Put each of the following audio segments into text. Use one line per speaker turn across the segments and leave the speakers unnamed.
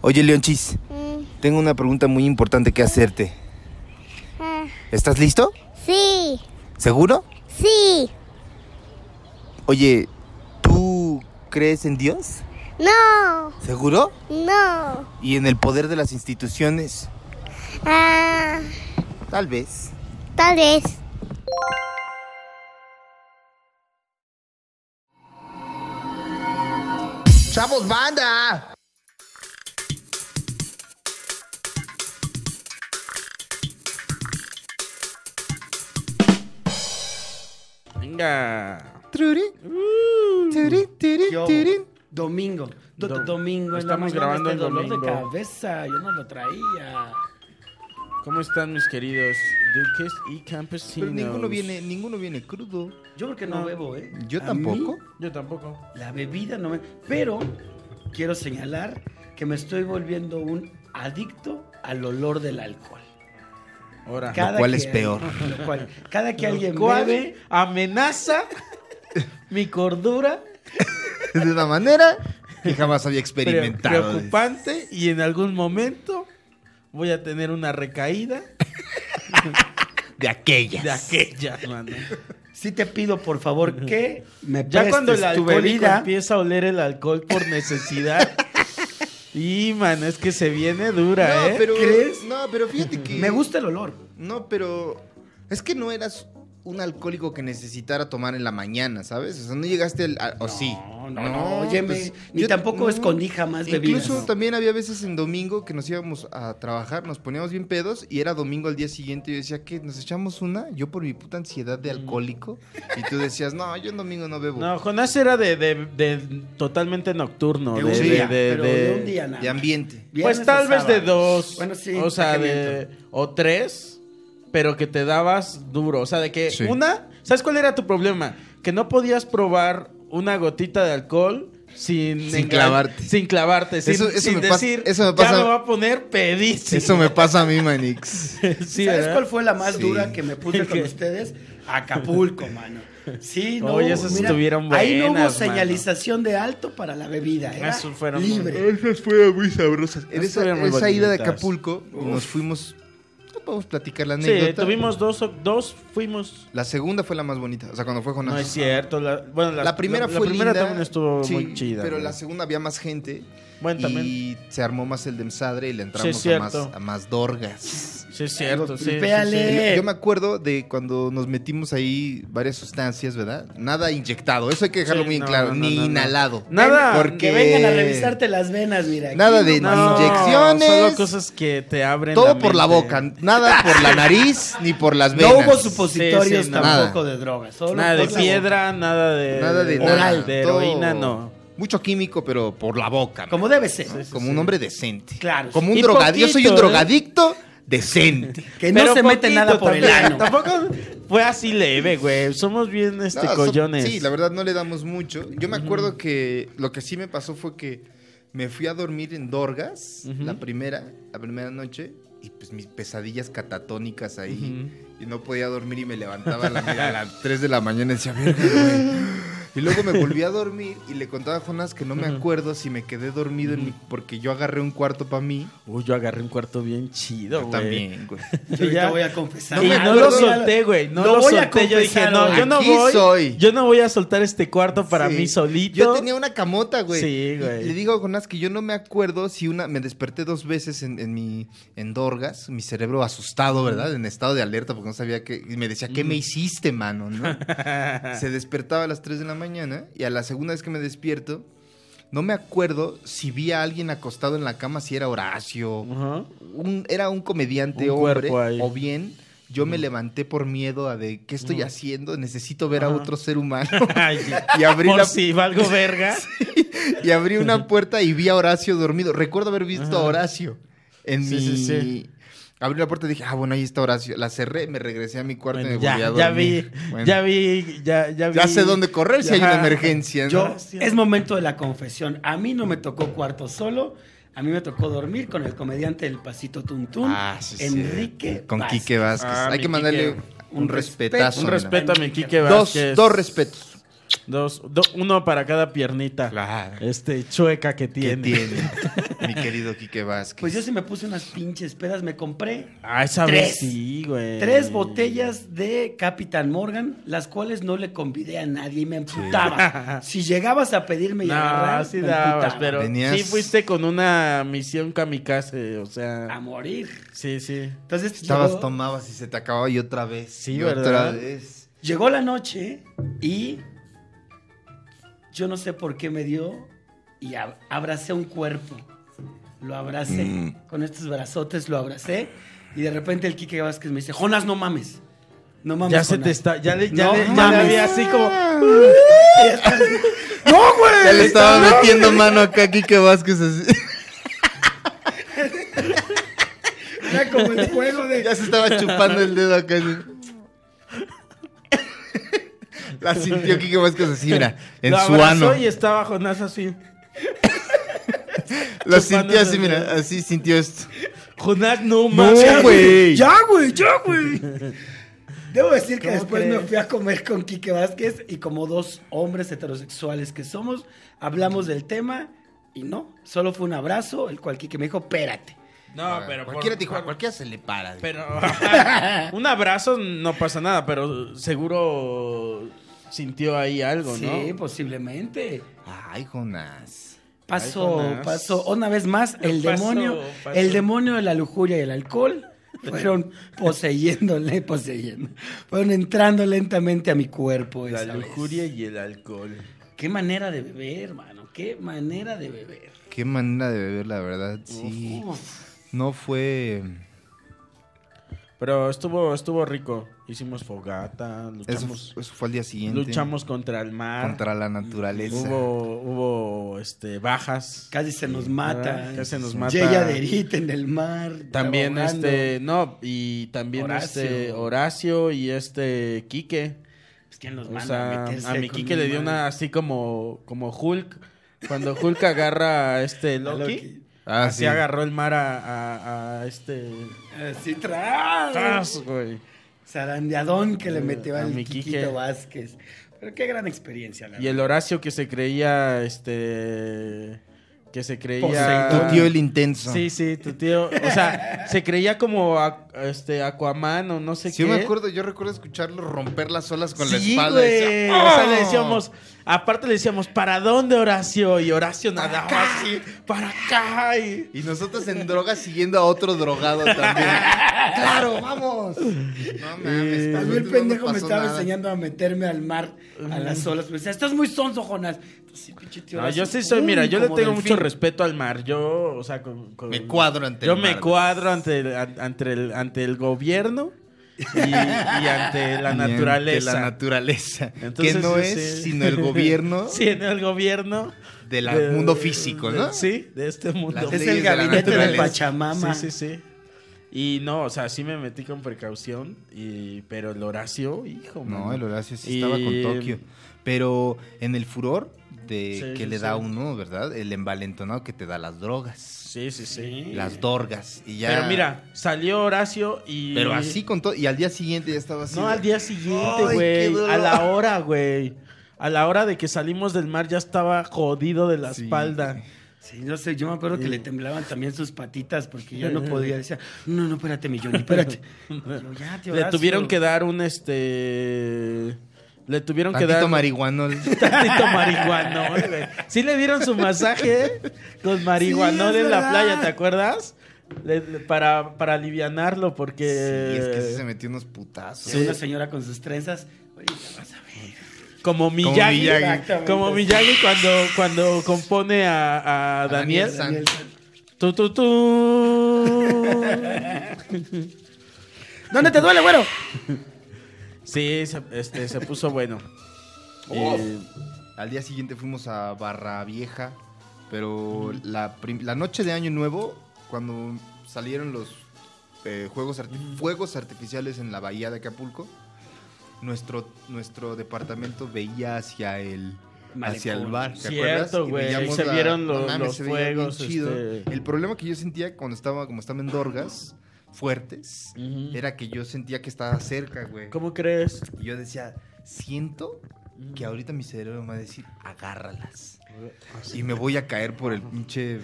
Oye, Leonchis, tengo una pregunta muy importante que hacerte. ¿Estás listo?
Sí,
¿Seguro?
sí,
Oye, ¿tú crees en Dios?
no,
¿Seguro?
no.
¿Y en el poder de las instituciones?
Ah,
Tal vez.
tal vez.
¡Chavos, banda!
Venga.
Turín, turín, turín,
¿Qué hubo?
turín.
Domingo. Do-
Dom-
domingo. en la
Estamos
mañana,
grabando
este
en
dolor de
domingo.
cabeza. Yo no lo traía.
¿Cómo están mis queridos duques y campesinos?
Pero ninguno viene, ninguno viene crudo.
Yo porque no, bebo, ¿eh?
Yo
A
tampoco.
mí,
Yo tampoco.
la bebida no me... Pero quiero señalar que me estoy volviendo un adicto al olor del alcohol.
Ahora.
Ca- cual
que
es
hay-
peor.
lo cual- cada que alguien
¿Cuál
bebe,
amenaza mi cordura
De una manera que jamás había
pre-
experimentado.
preocupante y en algún momento voy a tener una recaída
De aquellas.
de aquella, mano.
sí te pido por favor que me
Ya
prestes
cuando el
tu
alcohólico
bebida.
empieza a oler el alcohol por necesidad. y, mano, es que se viene dura,
no,
¿eh?
pero,
¿Crees?
no, pero fíjate que.
Me gusta el olor.
No, pero es que no eras un alcohólico que necesitara tomar en la mañana, ¿sabes? O sea, no llegaste al... a- o sí. pues,
no, no, óyeme, ni
yo-
tampoco escondí jamás bebidas,
Incluso
no.
también había veces en domingo que nos íbamos a trabajar, nos poníamos bien pedos y era domingo al día siguiente y yo decía, ¿qué? ¿Nos echamos una? Yo por mi puta ansiedad
Mm.
de alcohólico. Y tú decías, no, yo en domingo no bebo.
No, Jonás era de, de- de totalmente nocturno.
De
De,
un
de-
día,
de-
pero
de-
de un día nada
de
más.
ambiente.
Viernes
Pues
o
tal vez de
sábado.
dos.
Bueno, sí,
O sea,
¿para qué
de.
miento?
O tres, pero que te dabas duro. O sea, de que
Sí.
una. ¿Sabes cuál era tu problema? Que no podías probar una gotita de alcohol. Sin,
Sin
engan-
clavarte.
Sin clavarte, sin,
Eso- eso
sin
me pasa-
decir,
eso me pasa-
ya me va a poner pedísimo.
Eso me pasa a mí, Manix.
Sí,
¿Sabes
¿verdad?
cuál fue la más
Sí.
dura que me puse con
¿Qué?
ustedes? Acapulco, mano. Sí, no.
Oye, esas estuvieron
Ahí no hubo
buenas,
señalización de alto para la bebida. ¿eh? Era
Esas fueron
libre.
Esas fueron muy sabrosas. En esa,
Estuvieron muy
esa ida de
bonitas.
Acapulco nos fuimos... No podemos platicar la
Sí,
anécdota.
tuvimos dos, dos fuimos.
La segunda fue la más bonita, o sea, cuando fue Jonás.
No es cierto. La, bueno,
La primera fue
La primera
linda,
también estuvo
sí,
muy chida.
Pero
güey.
la segunda había más gente.
Bueno,
y
también.
se armó más el demsadre y le entramos
Sí,
a,
es
más,
cierto.
a más dorgas.
Sí, es cierto.
Algo-
Sí, sí, sí.
Véale.
Yo me acuerdo de cuando nos metimos ahí varias sustancias, ¿verdad? Nada inyectado, eso hay que dejarlo
Sí,
muy en
no,
claro,
no, no,
ni
no, no.
inhalado.
Nada.
Porque-
Que vengan a revisarte las venas, mira. aquí
Nada de
nomás.
ni inyecciones.
Solo cosas que te abren.
Todo
la
por la
mente.
boca, nada por la nariz ni por las
No
venas.
hubo
Sí,
supositorios
sí,
tampoco
nada.
de drogas. Solo
Nada de
por la boca.
piedra, nada de.
nada de
oral,
nada.
de heroína,
todo-
no.
Mucho químico, pero por la boca.
Como debe ser.
¿no? como un hombre decente.
Claro.
Como un
Y
drogadicto. Yo soy un
poquito, ¿eh?
drogadicto decente.
Que no
Pero
se mete
poquito
nada por el
también.
ano.
Tampoco fue así leve, güey. Somos bien este
No, so-
collones.
Sí, la verdad no le damos mucho. Yo me acuerdo que lo que sí me pasó fue que me fui a dormir en Dorgas la primera, la primera noche. Y pues mis pesadillas catatónicas ahí. Y no podía dormir y me levantaba a, la- a las 3 de la mañana y decía, "Verga, güey". Y luego me volví a dormir y le contaba a Jonas que no me acuerdo si me quedé dormido en mi- porque yo agarré un cuarto para mí.
Uy, yo agarré un cuarto bien chido,
Yo
güey.
también, güey.
Yo ahorita
Ya.
voy a confesar.
No
y
me
no
acuerdo.
lo solté, güey. No
Lo
lo,
voy a
solté. Yo dije,
confesar
no,
hoy.
yo no
Aquí
voy.
soy.
Yo no voy a soltar este cuarto para
Sí.
mí solito.
Yo tenía una camota, güey.
Sí,
Y
güey.
Le digo a Jonás que yo no me acuerdo si una. Me desperté dos veces en, en mi. En Dorgas, mi cerebro asustado, ¿verdad? En estado de alerta porque no sabía qué. Y me decía, ¿qué
Mm.
me hiciste, mano? ¿no? Se despertaba a las 3 de la mañana y a la segunda vez que me despierto. No me acuerdo si vi a alguien acostado en la cama, si era Horacio,
Ajá.
un- era un comediante
Un
hombre,
cuerpo ahí.
o bien yo me levanté por miedo a de qué estoy haciendo, necesito ver a
Ajá.
otro ser humano.
Ay,
y abrí
por
la
si valgo verga.
y abrí una puerta y vi a Horacio dormido. Recuerdo haber visto a Horacio en
Sí,
mi.
sí, sí.
Abrí la puerta y dije, ah, bueno, ahí está Horacio. La cerré, me regresé a mi cuarto
Bueno,
y me volví a
ya, ya vi,
dormir. Bueno,
ya vi, ya, ya vi.
ya sé dónde correr si hay una
Ajá.
emergencia. ¿no?
Yo, es momento de la confesión. A mí no me tocó cuarto solo. A mí me tocó dormir con el comediante del Pasito Tuntún,
Ah, sí, sí.
Enrique.
Con
Vázquez.
Quique Vázquez.
Ah,
hay
mi
que mandarle
Quique.
un,
Un
respetazo.
Un
mira.
respeto a mi Quique
Dos,
Vázquez.
dos respetos.
Dos- do- uno para cada piernita.
Claro.
Este, chueca que
Que
tiene.
tiene, mi querido Quique Vázquez.
Pues yo sí me puse unas pinches pedas, me compré
Ah, esa
Tres.
vez sí, güey.
tres botellas de Capitán Morgan, las cuales no le convidé a nadie y me emputaba. si llegabas a pedirme y
No,
agarrar,
sí
me
dabas,
emputaba.
pero
Venías-
sí fuiste con una misión kamikaze, o
A
sea.
morir.
Sí, sí.
Entonces
Estabas,
llegó-
tomabas y se te acababa y otra vez.
Sí,
y
¿verdad?
Otra vez.
Llegó la noche y yo no sé por qué me dio y ab- abracé un cuerpo. Lo abracé con estos brazotes, lo abracé y de repente el Quique Vázquez me dice, Jonas, no mames. No mames.
Ya se
Jonas".
te está, ya le, ya
No
le, ya le
mames.
había así como.
Ya le estaba metiendo mano acá a Quique Vázquez así.
Era como el juego de...
Ya se estaba chupando el dedo acá. así. La sintió Quique Vázquez así, mira, en
lo
su
abrazó
ano.
y estaba Jonás así.
Lo
chupando
sintió así,
el
mira,
dedo.
así sintió esto.
Jonás, no
No,
mames.
güey.
Ya, güey, ya, güey. Debo decir que
¿Cómo
después me
crees?
fui a comer con Quique Vázquez y como dos hombres heterosexuales que somos, hablamos del tema y no, solo fue un abrazo, el cual Quique me dijo, espérate.
No, pero. por-
Ah, cualquiera dijo, a cualquiera se le para.
Pero. un abrazo no pasa nada, pero seguro sintió ahí algo, ¿no?
Sí, pues, posiblemente.
Ay, Jonas.
Pasó,
Ay, Jonás.
pasó, una vez más, el
Pasó,
demonio,
pasó.
el demonio de la lujuria y el alcohol fueron poseyéndole, poseyendo, fueron entrando lentamente a mi cuerpo.
La
esa vez.
lujuria y el alcohol.
Qué manera de beber, hermano, qué manera de beber.
Qué manera de beber, la verdad. Sí. No fue.
Pero estuvo, estuvo rico. Hicimos
Eso,
fogata, luchamos,
eso fue al día siguiente.
luchamos contra el mar.
contra la naturaleza.
Hubo, hubo este, bajas.
Casi se nos mata.
¿Verdad? Casi se nos mata.
Yella de Erita en el mar.
También
trabajando.
este, no, y también
Horacio.
este Horacio y este Quique.
Pues, ¿quién los
O
manda
sea,
meterse
a mi
con
Quique
un
le dio
mar?
una así como, como Hulk. Cuando Hulk agarra a este
A
Loki,
Loki.
Ah,
así
sí.
agarró el mar a, a- a este...
Así Eh, tras.
¡Tras, güey!
Zarandeadón que le
Eh,
metió
a
al
mi
Quiquito
Quique.
Vázquez. Pero qué gran experiencia, la
Y el Horacio que se creía, este... Que se creía...
Poseidón.
Tu tío el intenso.
Ah. Sí, sí, tu tío. O sea, se creía como a- este Aquaman o no sé
Sí,
qué.
yo me acuerdo, yo recuerdo escucharlo romper las olas con la
Sí,
espalda.
güey.
decía,
O sea,
"Oh".
le decíamos, aparte le decíamos, ¿para dónde Horacio? Y Horacio nadaba así, para acá. Y...
Y nosotros en droga siguiendo a otro drogado también. ¡Claro, vamos!
Eh,
No mames.
verdad. A
tal
mí
vez
el pendejo
no nos
me
pasó
estaba
nada.
enseñando a meterme al mar, a las olas. Me decía, estás muy sonso, Jonás. Entonces, sí, pinche tío,
No,
así,
yo sí soy, mira, yo le
como
tengo
delfín.
mucho respeto al mar. Yo, o sea, con- con-
Me cuadro ante
Yo
el
me
mar.
cuadro ante el, an- ante el, ante el gobierno y, y ante la
Y ante
naturaleza.
La naturaleza. que
Entonces,
no
yo
es
sí.
sino el gobierno
Sí, no el gobierno.
del mundo físico, ¿no?
Sí, de este mundo.
Las
Es
leyes de
el
la
gabinete del
naturaleza.
Pachamama.
Sí, sí, sí. Y no, o sea, sí me metí con precaución, y, pero el Horacio, hijo,
No,
mano.
el Horacio sí
Y-
estaba con Tokio. Pero en el furor de
Sí,
que
sí,
le da
sí.
uno, ¿verdad? El envalentonado que te da las drogas.
Sí, sí, sí.
Las dorgas. Y ya.
Pero mira, salió Horacio y...
Pero así con todo. Y al día siguiente ya estaba así.
No, al día siguiente,
Ay, qué
güey.
dolor.
A la hora, güey. A la hora de que salimos del mar ya estaba jodido de la
Sí.
espalda.
Sí, no sé, yo me acuerdo que le temblaban también sus patitas porque yo no podía. Decía, no, no, espérate, mi Johnny, espérate. Yo, ya, tío
Le
Horacio.
tuvieron que dar un, este... Le tuvieron
Tantito
que dar...
marihuano.
Tantito marihuanol, güey. Sí le dieron su masaje con marihuanol
Sí, es
en la
verdad.
playa, ¿te acuerdas? Le- le- para, para alivianarlo,
Sí, es que
porque.
sí se metió unos putazos.
Sí, Una señora con sus trenzas. Ahorita vas a ver.
Como Miyagi.
Miyagi.
Exactamente.
Como Miyagi cuando, cuando compone a, a Daniel.
Daniel San-
Daniel,
Tu, tu, tu.
¿Dónde te duele, güero?
Sí, se, este, se puso bueno.
Oh.
Eh,
Al día siguiente fuimos a Barra Vieja, pero la, prim- la noche de Año Nuevo, cuando salieron los eh, juegos arti- fuegos artificiales en la bahía de Acapulco, nuestro, nuestro departamento veía hacia el, hacia el
Malecón.
bar. ¿te
Cierto,
acuerdas? Y
güey,
veíamos
se vieron los- los
se veía bien
fuegos,
chido.
este-
El problema que yo sentía cuando estaba, como estaba en Dorgas, fuertes,
Ujú.
era que yo sentía que estaba cerca, güey.
¿Cómo crees?
Y yo decía, siento que ahorita mi cerebro me va a decir, agárralas. Y me voy a caer por el pinche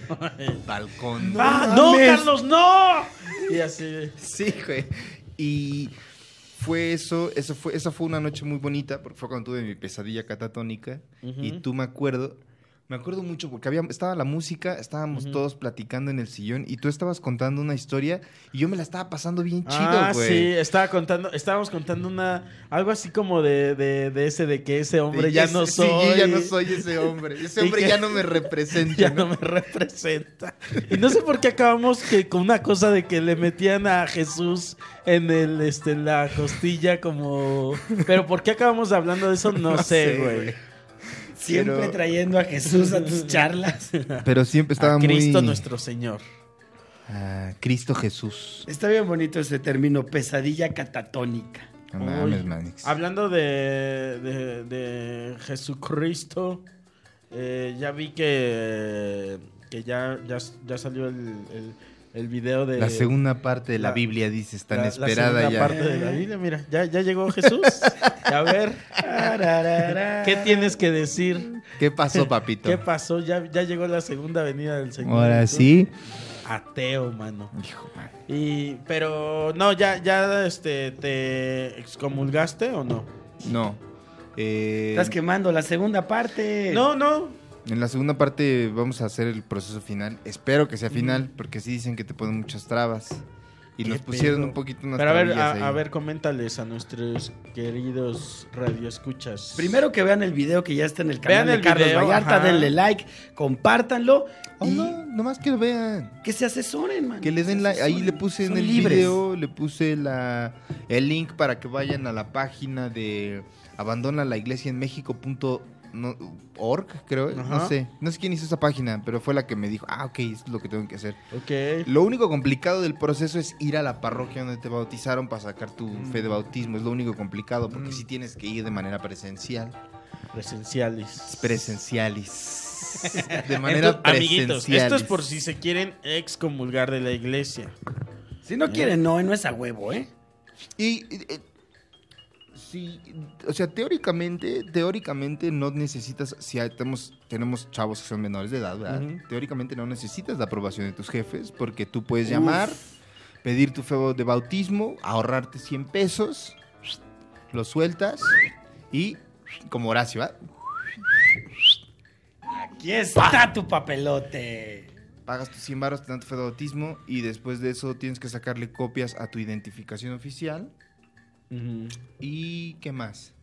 balcón.
¡Ah, no,
mames!
Carlos, no! Y así. de-
Sí, güey. Y fue eso, eso fue, esa fue una noche muy bonita, porque fue cuando tuve mi pesadilla catatónica. Y tú me acuerdo, me acuerdo mucho, porque había, estaba la música, estábamos todos platicando en el sillón, y tú estabas contando una historia, y yo me la estaba pasando bien chido,
ah,
güey.
sí, estaba contando, estábamos contando una, algo así como de, de, de ese de que ese hombre
Y
ya
ese-
no
sí,
soy.
yo ya no soy ese hombre. Ese
Y
hombre
que-
ya no me representa.
ya
¿no?
no me representa. Y no sé por qué acabamos que con una cosa de que le metían a Jesús en el este en la costilla como pero por qué acabamos hablando de eso no, sé, güey.
Siempre
Pero-
trayendo a Jesús a tus charlas.
Pero siempre estaba
A Cristo
muy...
nuestro Señor.
Ah, Cristo Jesús.
Está bien bonito ese término, pesadilla catatónica.
No mames,
Uy.
Manix.
Hablando de, de, de Jesucristo, eh, ya vi que, que ya, ya, ya salió el, el- el video de
La segunda parte de la,
la-
Biblia dices tan
la- la
esperada
segunda
ya.
parte de la Biblia. Mira, ya, ya llegó Jesús. A ver, ¿qué tienes que decir?
¿Qué pasó, papito?
¿Qué pasó? Ya, ya llegó la segunda venida del Señor.
Ahora sí.
Ateo, mano.
Hijo, man.
Y, pero no, ya, ya, este, te excomulgaste o no?
No. Eh,
Estás quemando la segunda parte.
No, no.
en la segunda parte vamos a hacer el proceso final. Espero que sea final, porque sí dicen que te ponen muchas trabas. Y
Qué
nos pusieron
pedo.
un poquito unas
Pero a ver,
trabillas ahí.
a, a ver, coméntales a nuestros queridos radioescuchas.
Primero que vean el video que ya está en el
Vean
canal de
el
Carlos
video,
Vallarta,
ajá.
denle like, compártanlo
Oh,
y
no, nomás que lo vean.
que se asesoren, man.
Que le den
Se
like. Ahí
asesoren.
le puse en
Son
el
libres.
video, le puse la, el link para que vayan a la página de abandona la iglesia en creo,
Ajá.
no sé, no sé quién hizo esa página, pero fue la que me dijo, ah, ok, esto es lo que tengo que hacer.
Ok.
Lo único complicado del proceso es ir a la parroquia donde te bautizaron para sacar tu fe de bautismo. Es lo único complicado porque
Mm.
sí tienes que ir de manera presencial.
Presenciales.
Presencialis. De
Entonces,
manera
amiguitos,
presencial.
esto es por si se quieren excomulgar de la iglesia.
Si no quieren, no, eh, no es a huevo, ¿eh?
Y, eh, eh, sí, o sea, teóricamente, teóricamente no necesitas, si hay- tenemos, tenemos chavos que son menores de edad, ¿verdad?
Ujú.
Teóricamente no necesitas la aprobación de tus jefes porque tú puedes llamar, pedir tu fe de bautismo, ahorrarte 100 pesos, lo sueltas y, como Horacio, ¿verdad?
Aquí está tu papelote.
Pagas tus 100 baros, te dan tu fe de bautismo y después de eso tienes que sacarle copias a tu identificación oficial. ¿Y qué más?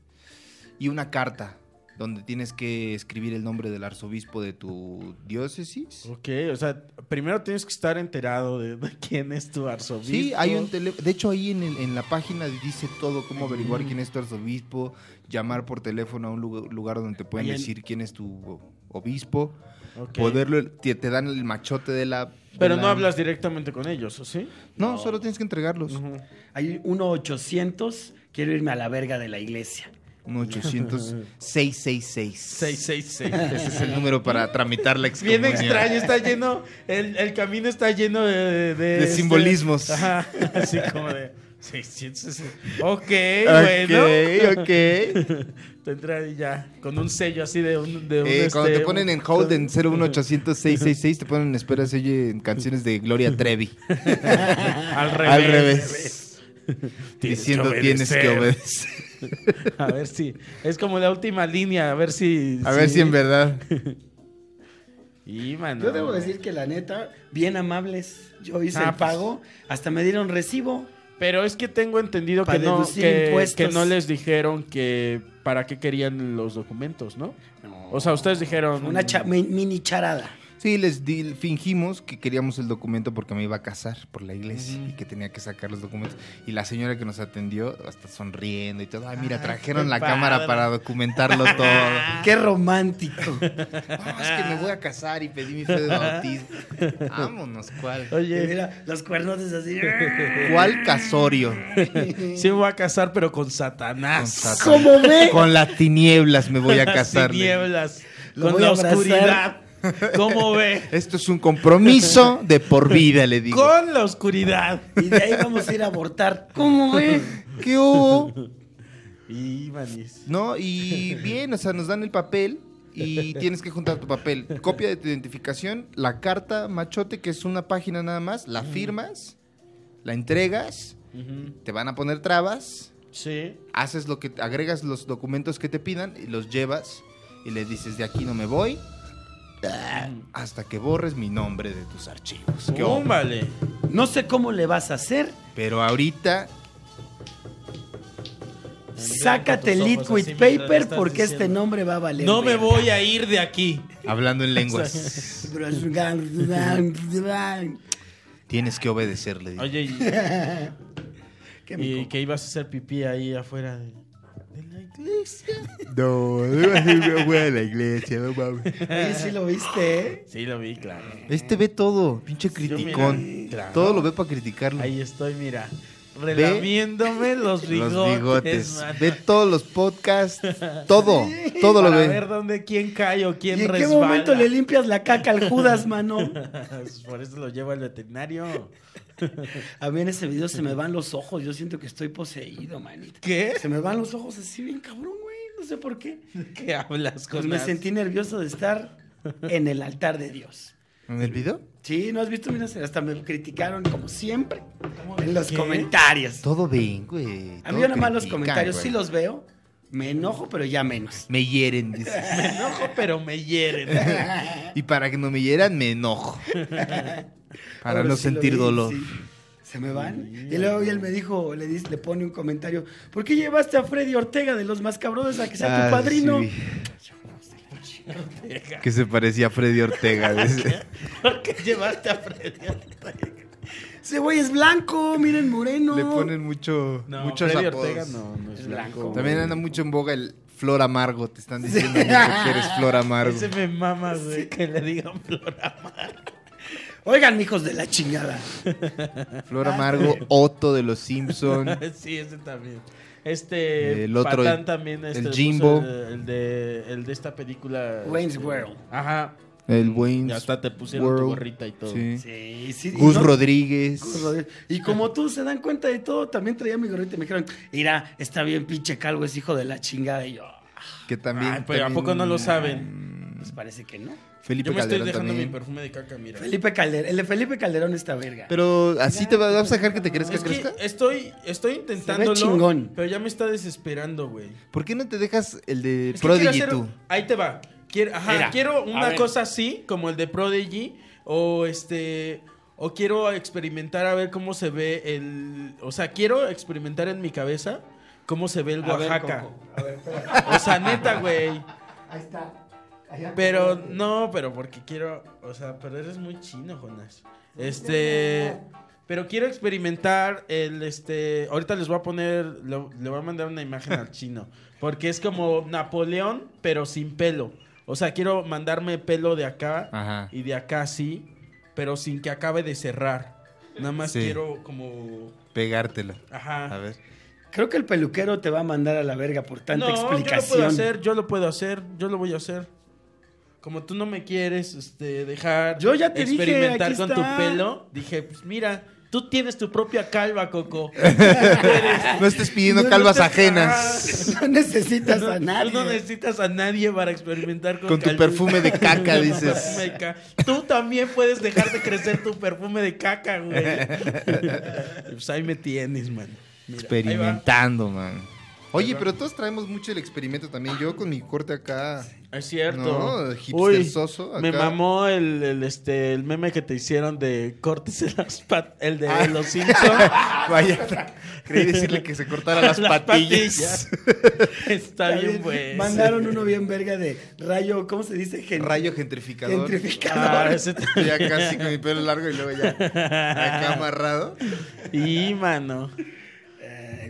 Y una carta donde tienes que escribir el nombre del arzobispo de tu diócesis.
Ok, o sea, primero tienes que estar enterado de, de quién es tu arzobispo.
Sí, hay un teléfono. De hecho, ahí en, el- en la página dice todo, cómo averiguar quién es tu arzobispo, llamar por teléfono a un lugar, lugar donde te pueden
Ahí en-
decir quién es tu obispo,
Ok.
poderlo, te, te dan el machote de la... de
Pero no
la-
hablas directamente con ellos, ¿o sí?
No, solo tienes que entregarlos.
Hay 1-800, quiero irme a la verga de la iglesia.
Un 800 666.
666.
Ese es el número para tramitar la
Bien
excomunión.
extraño, este está lleno, el, el camino está lleno de... De,
De
este-
simbolismos.
Ajá, así como de... 666. Ok, bueno.
Ok, ok.
Te entra ahí ya con un sello así de un... De un,
Eh, cuando
este,
te ponen en hold en 01800-666, te ponen en espera, se oye en canciones de Gloria Trevi.
al revés.
Al revés. Diciendo tienes que
obedecer".
obedecer.
A ver si. Es como la última línea, a ver si.
A ver si en verdad.
Y, mano.
Yo debo decir que la neta, bien amables. Yo hice
Ah,
pues.
el pago, hasta me dieron recibo.
Pero es que tengo entendido que
Para
no,
deducir
que,
impuestos.
que no les dijeron que para qué querían los documentos, ¿no? O sea, ustedes dijeron.
Una cha- mi- mini charada.
Sí, les di- fingimos que queríamos el documento porque me iba a casar por la iglesia y que tenía que sacar los documentos. Y la señora que nos atendió, hasta sonriendo y todo. Ay, mira, trajeron
qué
la
padre.
cámara para documentarlo todo.
Qué romántico.
No, es que me voy a casar y pedí mi fe de bautismo. Vámonos, ¿cuál?
Y
Oye,
mira, los cuernos es así.
¿Cuál casorio?
sí me voy a casar, pero con
Con
Satanás.
Satanás.
¿Cómo ve?
Con las tinieblas me voy a casar.
Las tinieblas,
Lo
con
voy a
la
abrazar.
oscuridad. ¿Cómo ve?
Esto es un compromiso de por vida, le digo.
Con la oscuridad.
Y de ahí vamos a ir a abortar. ¿Cómo ve?
¿Qué hubo?
Y, manis.
No, y bien, o sea, nos dan el papel. y tienes que juntar tu papel, copia de tu identificación, la carta machote, que es una página nada más, la firmas, la entregas, te van a poner trabas,
Sí.
haces lo que, agregas los documentos que te pidan y los llevas y les dices de aquí no me voy hasta que borres mi nombre de tus archivos. ¿Qué onda?
Túmbale.
No sé cómo le vas a hacer.
Pero ahorita
Sácate
tus ojos
liquid
así mientras lo
paper
estás
porque
diciendo.
este nombre va a valer.
No me
verga.
voy a ir de aquí.
hablando en lenguas tienes que obedecerle.
Oye, ¿y,
Que
y
mi compa-
que ibas a hacer pipí ahí afuera de, de la iglesia?
No, no voy a la iglesia, no mames.
Oye, sí lo viste, ¿eh?
Sí, lo vi, claro.
Este ve todo, pinche
mira,
criticón.
claro.
Todo lo ve para criticarlo.
Ahí estoy, mira. Relamiéndome los bigotes.
los bigotes.
mano.
Ve todos los podcasts. Todo, todo lo
Para
ve.
ver dónde quién cae o
¿Y
quién
en
resbala.
qué momento le limpias la caca al Judas, mano?
Por eso lo llevo al veterinario.
A mí en ese video se me van los ojos. Yo siento que estoy poseído, manito.
¿Qué?
Se me van los ojos así bien cabrón, güey. No sé por qué.
¿Qué hablas con
Pues me sentí nervioso de estar en el altar de Dios.
¿En el video?
Sí, ¿no has visto? Mira, hasta me criticaron como siempre en los
¿Qué?
comentarios.
Todo ven, güey.
A
todo
mí nada más los
critican,
comentarios
güey.
sí los veo. Me enojo, pero ya menos.
Me hieren, dices.
Me enojo, pero me hieren.
y para que no me hieran, me enojo. Para
Ahora
no
sí lo
sentir
vi,
dolor. Ah,
sí. Se me van. Y luego él me dijo, le, dis- le pone un comentario, ¿por qué llevaste a Freddy Ortega de los Mascabrones a que sea
Ah,
tu padrino?
sí. Que se parecía a Freddy Ortega. dice.
¿Por qué llevaste a Freddy Ortega?
Ese güey es blanco, miren moreno.
Le ponen mucho,
No,
muchos
Freddy
apodos.
Ortega no, no es
Es
blanco.
blanco.
También anda mucho en boga el Flor Amargo. Te están diciendo mucho que eres Flor Amargo.
Ese me mama, güey, que le digan flora.
Oigan, hijos de la chingada.
Flor Amargo, Otto de los Simpson.
Sí, ese también. Este,
El otro,
Patán
el-
también, este,
el
puso
Jimbo.
El, el de, el de esta película.
Wayne's
este,
World.
Ajá.
El Wayne.
Y hasta te pusieron tu gorrita y todo.
Sí.
Sí, sí. y
Gus
no-
Rodríguez.
Gus Rodríguez. Y como tú se dan cuenta de todo, también traía mi gorrito y me dijeron, mira, está bien pinche calvo, es hijo de la chingada. Y yo,
Que también.
Ay, pero ¿a
también-
poco no lo saben?
pues parece que no.
Felipe
Yo me estoy
Calderón
dejando
también.
mi perfume de caca, mira.
Felipe Calderón, el de Felipe Calderón está verga.
Pero así te va- vas a dejar que te crezca,
Es que eh,
crezca.
estoy, estoy intentándolo,
chingón.
pero ya me está desesperando, güey.
¿Por qué no te dejas el de
Es que quiero
Prodigy
hacer-
tú?
Ahí te va. Quiero, ajá,
Mira,
quiero
a
una
ver.
cosa así, como el de Prodigy, o este. O quiero experimentar a ver cómo se ve el. O sea, quiero experimentar en mi cabeza cómo se ve el
A ver,
Oaxaca.
Coco, a ver, espera.
o sea, neta, güey.
Ahí está. Allá.
Pero no, pero porque quiero. O sea, pero eres muy chino, Jonas. Este. Pero quiero experimentar el este. Ahorita les voy a poner. lo- le voy a mandar una imagen al chino. Porque es como Napoleón, pero sin pelo. O sea, quiero mandarme pelo de acá
Ajá.
y de acá sí. Pero sin que acabe de cerrar. Nada más
Sí.
quiero como.
Pegártela.
Ajá.
A ver.
Creo que el peluquero te va a mandar a la verga por tanta
no,
explicación.
Yo lo puedo hacer, yo lo puedo hacer, yo lo voy a hacer. Como tú no me quieres este, dejar
Yo ya te dije,
experimentar
aquí
con
está.
tu pelo, dije, pues mira, tú tienes tu propia calva, Coco.
No estés pidiendo
este, No, no
calvas
te- Ah.
ajenas.
No necesitas a
Tú no-
nadie.
Tú no necesitas a nadie para experimentar con
Con tu
calvi-
perfume de caca,
Con tu
dices.
perfume de ca- Tú también puedes dejar de crecer tu perfume de caca, güey. pues ahí me tienes, man. Mira, ahí va.
Experimentando, man. Oye, pero todos traemos mucho el experimento también. Yo con mi corte acá.
Es cierto.
No, hipster soso,
Me
acá.
mamó el, el, este, el meme que te hicieron de cortes en las pat- el de
Ah.
los Simpsons.
Vaya, creí decirle que se cortara las, patillas.
Está bien, güey.
Mandaron uno bien verga de rayo, ¿cómo se dice? Gen-
Rayo gentrificador.
Gentrificador.
Ah, ese t-
Ya casi con mi pelo largo y luego ya acá amarrado.
y mano.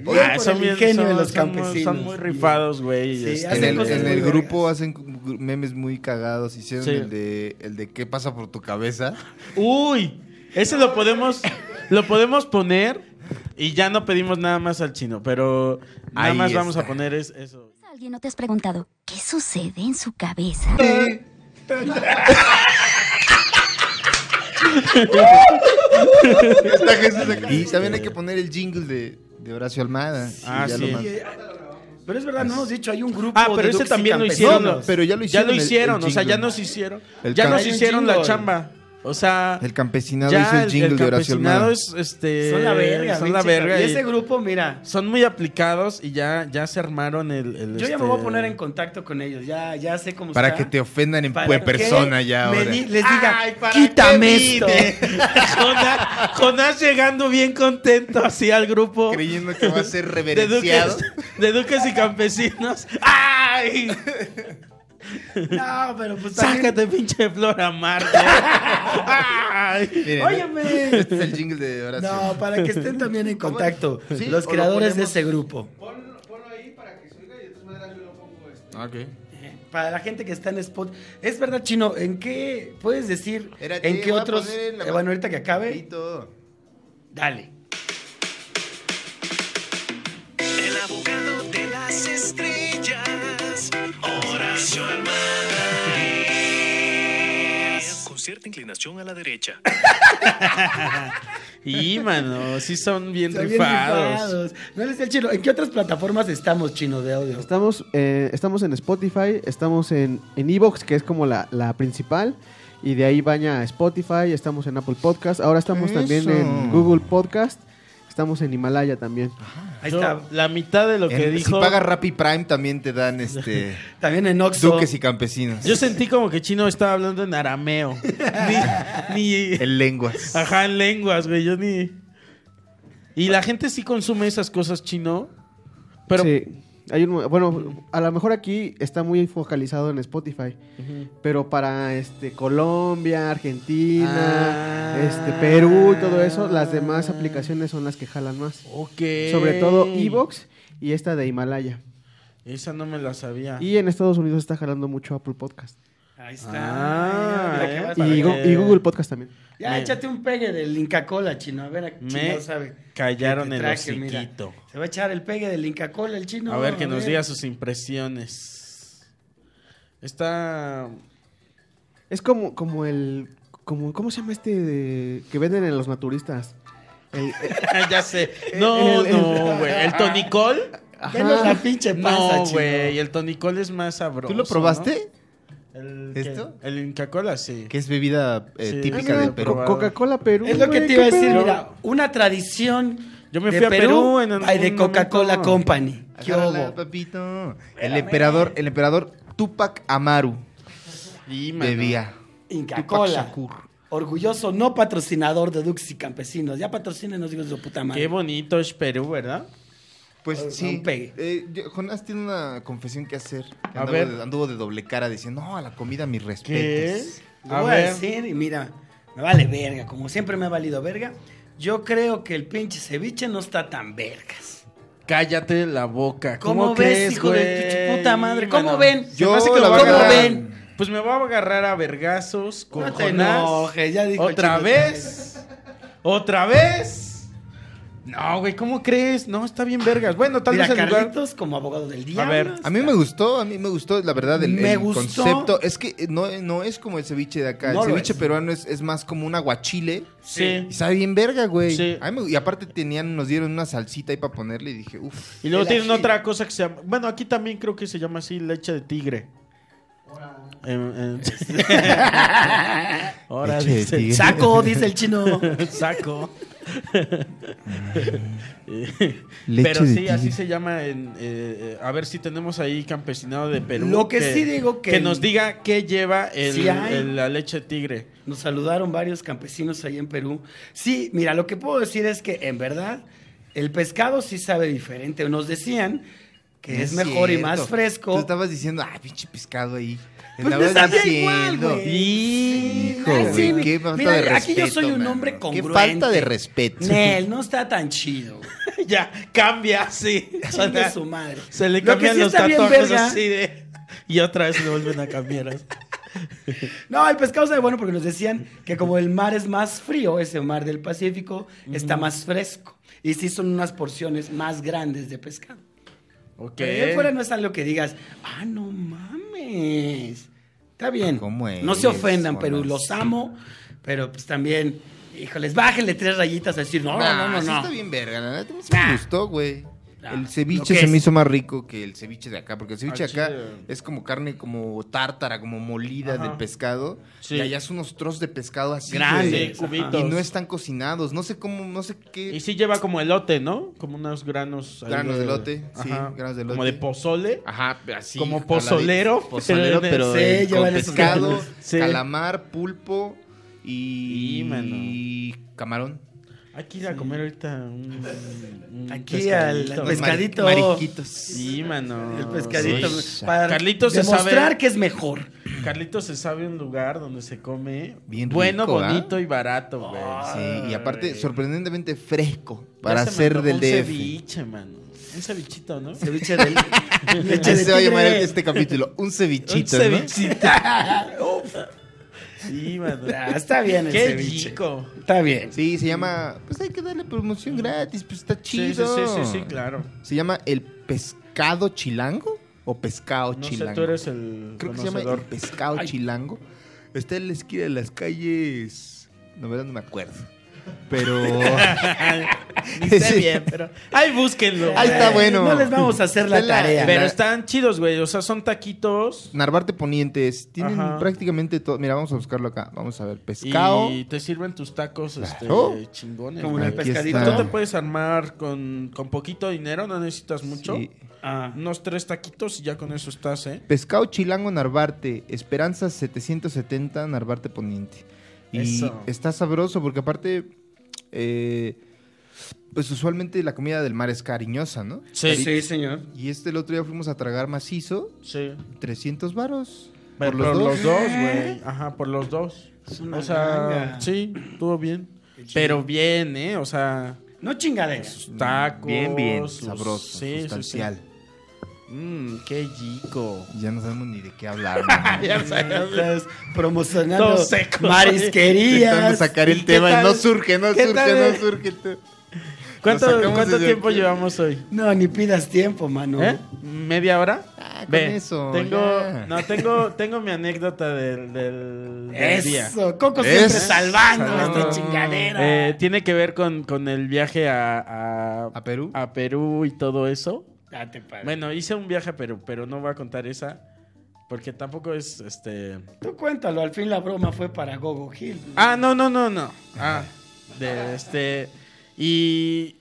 Bien
Oye,
por el ingenio de los campesinos.
Son muy rifados, güey.
Sí,
este,
En
Hacen
el,
cosas
en
muy
el
vergas.
grupo hacen gr- memes muy cagados. Hicieron
Sí.
el de el de qué pasa por tu cabeza.
Uy, ese lo podemos, lo podemos poner y ya no pedimos nada más al chino, pero nada
Ahí
más vamos a
está.
poner es, eso.
¿Alguien no te has preguntado qué sucede en su cabeza?
Está Jesús acá. Y también hay que poner el jingle de, de Horacio Almada.
Ah,
Y ya
sí.
lo
Y,
mando.
eh, Pero es verdad, no hemos dicho, hay un grupo
Ah, pero
de
ese
Duxi
también lo
campesinos.
hicieron.
No, pero ya lo
Ya
hicieron
lo
el- el
hicieron, o sea,
jingle.
ya nos hicieron.
El
ya
cam-
nos
Hay
un
hicieron la
jingle.
chamba. O sea,
El campesinado hizo
ya
el
el,
jingle
el
de Horacio
campesinado
Almada.
es, este,
Son la verga.
son la
pinche
verga y
cabrón. Y ese grupo, mira.
son muy aplicados y ya, ya se armaron el. el,
Yo ya
este,
me voy a poner en contacto con ellos. Ya, ya sé cómo
Para
está.
que te ofendan en
Para
pu-
que
persona ya
me
ahora.
di- les diga,
Ay, ¿para
quítame
qué
esto.
vine?
Jonás, Jonás llegando bien contento así al grupo.
Creyendo que va a ser
De
reverenciado.
duques, de duques y campesinos. ¡Ay!
No, pero pues también-
Sácate, pinche flor amarga. ¡Ay!
Miren,
Óyeme.
Este es el jingle de Horacio.
No, para que estén también en contacto.
Sí,
los
o lo
creadores de
ponemos-
ese grupo.
Ok.
Para la gente que está en Spot. Es verdad, Chino, ¿en qué puedes decir?
Espérate,
¿En qué
voy a
otros?
poner la-
eh, bueno, ahorita que acabe,
Pito.
dale.
El abogado de las estrellas, Horacio Almaraz. Con cierta inclinación a la derecha.
Y, mano, sí son bien
Están bien
rifados.
rifados. No les sé el chino. ¿En qué otras plataformas estamos, Chino, de audio?
Estamos, eh, estamos en Spotify, estamos en en Evox, que es como la, la principal, y de ahí baña a Spotify, estamos en Apple Podcast, ahora estamos también
Eso.
en Google Podcast, estamos en Himalaya también.
Ahí
Yo,
está.
La mitad de lo que
En- Si
dijo.
pagas Rappi Prime también te dan este
También en Oxxo.
duques y campesinos.
Yo sentí como que Chino estaba hablando en arameo. Ni. ni
En lenguas.
ajá, en lenguas, güey. Yo ni. Y la gente sí consume esas cosas, Chino. Pero.
Sí, hay un- bueno, a lo mejor aquí está muy focalizado en Spotify, pero para este Colombia, Argentina,
Ah.
este Perú y todo eso, las demás aplicaciones son las que jalan más.
Ok.
Sobre todo Evox y esta de Himalaya.
Esa no me la sabía.
Y en Estados Unidos está jalando mucho Apple Podcast.
Ahí está.
Ah,
Mira que vas
Y,
para
Digo-
Gu-
allá.
y Google Podcast también.
Ya,
Me-
échate un pegue del Inca Cola, Chino. A ver, a
Me
Chino sabe.
callaron
que te
el
traje, mira.
hociquito.
Se va a echar el pegue del Inca Cola, el Chino.
a ver que nos diga sus impresiones. Está.
Es como, como el. Como, ¿Cómo se llama este de- que venden en los naturistas? El-
ya
Eh,
sé. No,
El- el-
no, güey. ¿El tonicol?
Denos ah, la pinche panza,
No,
Chino.
güey. El tonicol es más sabroso.
¿Tú lo probaste?
¿no? El, ¿qué?
¿Esto?
El Inca Cola, sí.
Que es bebida eh,
Sí.
típica
Ah,
del
no,
Perú.
Co- Coca-Cola Perú.
Es lo que
güey,
te iba a
¿qué
decir,
pedo?
mira, una tradición
Yo me
de
fui a Perú en
by de
algún
Coca-Cola
momento.
Company. ¿Qué
Agárrala,
hubo?
papito. El emperador, el emperador Tupac Amaru
Y, mano,
bebía.
Inca
Tupac
Cola.
Shakur.
Orgulloso no patrocinador de Dux y Campesinos. Ya patrocínenos, digo, de su puta
Qué
madre.
bonito es Perú, ¿verdad?
Pues
Don
sí.
Pegue.
Eh, yo- Jonás tiene una confesión que hacer.
A
Anduvo,
ver.
De, anduvo de doble cara diciendo, no, a la comida mis
¿Qué?
respetos.
Lo
A
voy a
ver.
decir y mira, me vale verga, como siempre me ha valido verga. Yo creo que el pinche ceviche no está tan vergas.
Cállate la boca.
¿Cómo,
¿Cómo,
ves,
crees,
hijo de tu
güey?
puta madre? ¿Cómo
Mano,
ven?
Yo
Se me hace que
la
lo-
voy a
¿Cómo
agarrar.
ven?
Pues me voy a agarrar a vergazos con
No te
Jonás.
enojes, ya dijo el
¿Otra
chino.
vez? ¿Otra vez? No, güey, ¿cómo crees? No, está bien vergas. Bueno, tal
Mira,
vez el lugar...
Carlitos como abogado del día.
ver,
A mí me gustó, a mí me gustó, la verdad, el,
Me
el
gustó.
concepto. Es que eh, no, no es como el ceviche de acá.
No
el
lo
ceviche
es.
peruano es, es más como un aguachile.
eh,
Sí.
Y sabe bien verga, güey.
Sí.
A mí me- y aparte tenían, nos dieron una salsita ahí para ponerle y dije, uff.
Y luego
El
tienen
ají.
otra cosa que se llama... Bueno, aquí también creo que se llama así leche de tigre. Em, em, Ahora
Leche de
dice-
tigre.
Saco, dice el chino.
Saco.
Mm. Leche
Pero
de
sí,
tigre.
así se llama. En, eh, eh, a ver si tenemos ahí campesinado de Perú.
Lo que sí digo que-
nos diga qué lleva el-
Sí hay.
el- la leche de tigre.
Nos saludaron varios campesinos ahí en Perú. Sí, mira, lo que puedo decir es que en verdad el pescado sí sabe diferente. Nos decían que es,
No
mejor y
cierto.
más
Tú
fresco.
estabas diciendo, ah, pinche pescado ahí.
Pues
Estabas
me sabía igual, güey.
Hijo,
Ay, sí,
güey,
mi-
qué falta
mira,
de respeto.
aquí yo soy un
mano.
hombre
Qué
congruente.
falta de respeto.
Nel, no está tan chido. güey.
ya, cambia, sí. O
Chingue
sea,
su madre.
se le
Lo que
cambian
sí
los
está bien
tatuajes
verga-
así de... Y otra vez le vuelven a cambiar. así.
No, el pescado sabe bueno porque nos decían que como el mar es más frío, ese mar del Pacífico, está más fresco. Y sí son unas porciones más grandes de pescado.
Ok.
Pero ahí afuera no es algo que digas, ah, no mames. Está bien.
¿Cómo es,
no se ofendan,
Jonas?
pero los amo. Pero pues también, híjoles, bájenle tres rayitas a decir, no,
No,
no, no, no.
sí
no.
está bien verga, la neta. Sí me gustó, güey.
Ah,
el
lo
ceviche
que
se me
es.
hizo más rico que el ceviche de acá, porque el ceviche
Ah,
de acá
chido.
es como carne como tártara, como molida
Ajá.
de pescado.
Sí.
Y allá es unos trozos de pescado así.
Grandes,
güey.
cubitos.
Y no están cocinados. No sé cómo, no sé qué.
Y sí lleva como elote, ¿no? Como unos granos. ahí
Granos de elote, sí,
Ajá.
granos de
Como
elote. Ah.
de pozole.
Ajá, así.
Como
jaladito.
pozolero,
Pozolero,
pero en
pero
el- Sí,
en-
llevan
con
esos
pescado,
granos. Sí.
calamar, pulpo y,
Y, mano.
y camarón.
Hay que ir a comer ahorita un, un
Aquí al- al
pescadito.
Pescadito.
Mari- Mariquitos.
Sí, mano.
El pescadito. pues,
Sí.
Para
Carlitos se
demostrar
sabe-
que es mejor.
Carlitos se sabe un lugar donde se come
Bien
bueno,
rico, ¿ah?
bonito y barato, güey.
Sí, y aparte, sorprendentemente fresco
Ya
para
se me
ser
antojó
del
un
DF.
ceviche, mano. Un cevichito, ¿no?
Ceviche de leche
Así
de
se va a llamar
tigre.
este capítulo, un cevichito,
un
¿no?
cevichito. Uf. Sí, mano.
Ah, está bien el
Qué
ceviche.
chico.
Está bien.
Sí, se llama, pues hay que darle promoción gratis, pues está
Sí, sí,
chido.
sí, sí, sí, claro.
Se llama el pescado chilango o pescado
No
chilango.
sé, tú eres el
Creo que se llama el
conocedor.
pescado chilango. Está en la esquina de las calles. No, verdad no me acuerdo. Pero
Ni sé
Sí.
bien, pero... Ahí búsquenlo.
Ahí está
Eh,
bueno.
No les vamos a hacer la
Está la-
tarea.
Pero
la-
están chidos, güey. O sea, son taquitos.
Narvarte Ponientes tienen
Ajá.
prácticamente todo. Mira, vamos a buscarlo acá. Vamos a ver. Pescado.
Y te sirven tus tacos este,
Claro.
chingones.
Como
güey.
el
Aquí
pescadito.
está.
Tú te puedes armar con, con poquito dinero, no necesitas mucho.
Sí.
Ah,
Unos tres taquitos y ya con eso estás, ¿eh?
Pescado Chilango Narvarte, Esperanza 770 Narvarte Poniente. Y
Eso.
está sabroso porque aparte, eh, pues usualmente la comida del mar es cariñosa, ¿no?
sí, sí, señor.
Y este el otro día fuimos a tragar macizo,
Sí.
300 varos.
Por, los, dos. güey. Ajá, por los dos.
Es una
o sea,
ganga.
sí, estuvo bien. Pero bien, ¿eh? O sea,
No chingaderas.
sus tacos.
Mm, bien, bien.
sus-
Sabroso,
sí, sí,
sustancial.
sí. Mm, qué chico.
Ya no sabemos ni de qué hablar. ¿no?
Ya
Estás promocionando
Todo seco.
Intentando
marisquerías.
sacar
¿Y
el
qué
tema.
tal?
No surge, no
¿Qué
surge,
tal, eh?
no surge. el tema.
¿Cuánto,
Nos sacamos
cuánto
desde
tiempo
aquí.
llevamos hoy?
No, ni pidas tiempo, mano.
¿Eh? ¿Media hora?
Ah, con eso,
Tengo,
ya.
no, tengo, tengo mi anécdota del, del, del día.
Eso, Coco siempre
Eso.
salvando
Salvando.
esta chingadera.
Eh, tiene que ver con, con el viaje a, a,
¿A Perú?
a Perú y todo eso.
Date para.
Bueno, hice un viaje a Perú, pero no voy a contar esa. Porque tampoco es este.
Tú cuéntalo, al fin la broma fue para Gogo Gil.
Ah, no, no, no, no. Ah, de este. Y.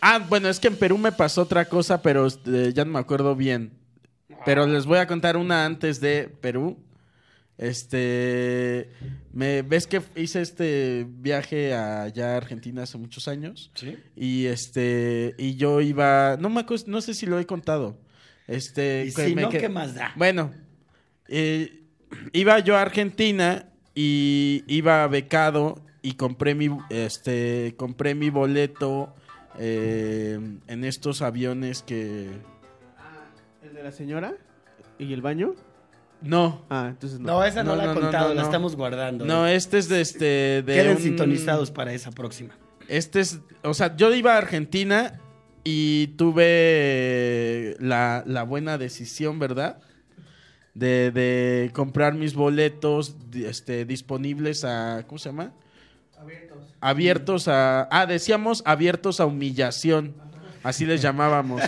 Ah, bueno, es que en Perú me pasó otra cosa, pero este, ya no me acuerdo bien. Pero les voy a contar una antes de Perú. Este. Me, ¿Ves que hice este viaje allá a Argentina hace muchos años?
¿Sí?
Y este. Y yo iba. No me acuerdo, no sé si lo he contado. Este.
Y
que
si
me
no,
que-
¿qué más da?
bueno, eh, iba yo a Argentina y iba becado y compré mi, este, compré mi boleto eh, en estos aviones que...
¿El de la señora? ¿Y el baño?
No,
Ah, entonces no.
No, esa no,
No,
la he
no, no,
contado,
no,
la
no.
estamos guardando.
no, este es de este... De
Queden
un-
sintonizados para esa próxima.
Este es, o sea, yo iba a Argentina y tuve la, la buena decisión, ¿verdad? De, de comprar mis boletos di- este, disponibles a, ¿cómo se llama? Abiertos. Abiertos a, ah, decíamos abiertos a humillación, así les llamábamos.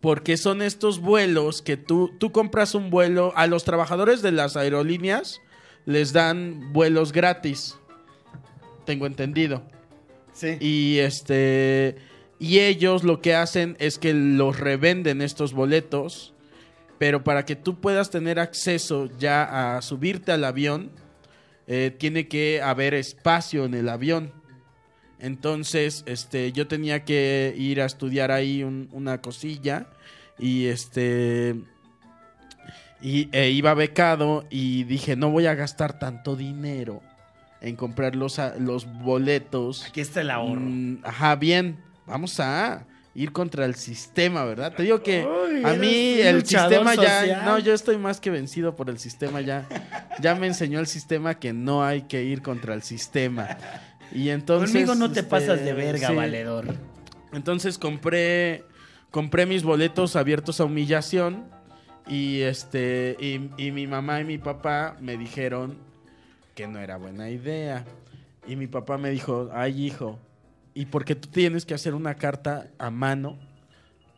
Porque son estos vuelos que tú, tú compras un vuelo, a los trabajadores de las aerolíneas les dan vuelos gratis, tengo entendido.
Sí.
Y este. Y ellos lo que hacen es que los revenden estos boletos. Pero para que tú puedas tener acceso ya a subirte al avión, eh, tiene que haber espacio en el avión. Entonces, este, yo tenía que ir a estudiar ahí un- una cosilla. Y este. Y, e iba becado y dije, no voy a gastar tanto dinero en comprar los, a- los boletos.
Aquí está el ahorro.
Mm, ajá, bien. Vamos a ir contra el sistema, ¿verdad? Te digo que
Uy,
eh, a
eres
mí
un
el
luchador
sistema ya.
social.
No, yo estoy más que vencido por el sistema ya. Ya me enseñó el sistema que no hay que ir contra el sistema. Y entonces.
Conmigo no te
este,
pasas de verga,
sí.
valedor.
Entonces compré. Compré mis boletos abiertos a humillación. Y este. Y, y mi mamá y mi papá me dijeron que no era buena idea. Y mi papá me dijo, ay hijo, Y porque tú tienes que hacer una carta a mano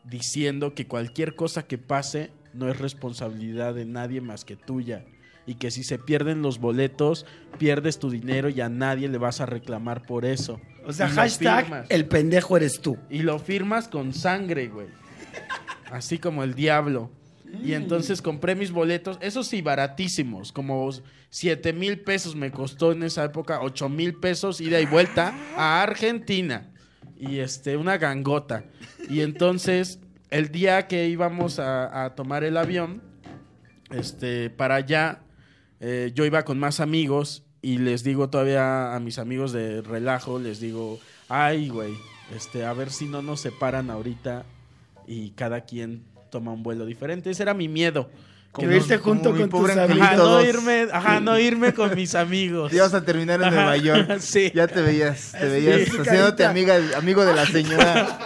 diciendo que cualquier cosa que pase no es responsabilidad de nadie más que tuya. Y que si se pierden los boletos, pierdes tu dinero y a nadie le vas a reclamar por eso.
O sea,
Y lo
hashtag
firmas.
el pendejo eres tú.
Y lo firmas con sangre, güey. Así como el diablo. Y entonces compré mis boletos, esos sí, baratísimos, como 7 mil pesos me costó en esa época, 8 mil pesos ida y vuelta a Argentina. Y este, una gangota. Y entonces, el día que íbamos a, a tomar el avión, este, para allá, eh, yo iba con más amigos y les digo todavía a mis amigos de relajo, les digo, ay, güey, este, a ver si no nos separan ahorita y cada quien toma un vuelo diferente. Ese era mi miedo.
Como
Que irte
mi- como
junto
mi
con
pobre
tus
angelito
Ajá, no
dos.
irme, ajá, no irme con mis amigos.
Te ibas a terminar en
Ajá,
Nueva York.
sí.
Ya te veías, te veías
tu
haciéndote
carita.
amiga, amigo de la señora.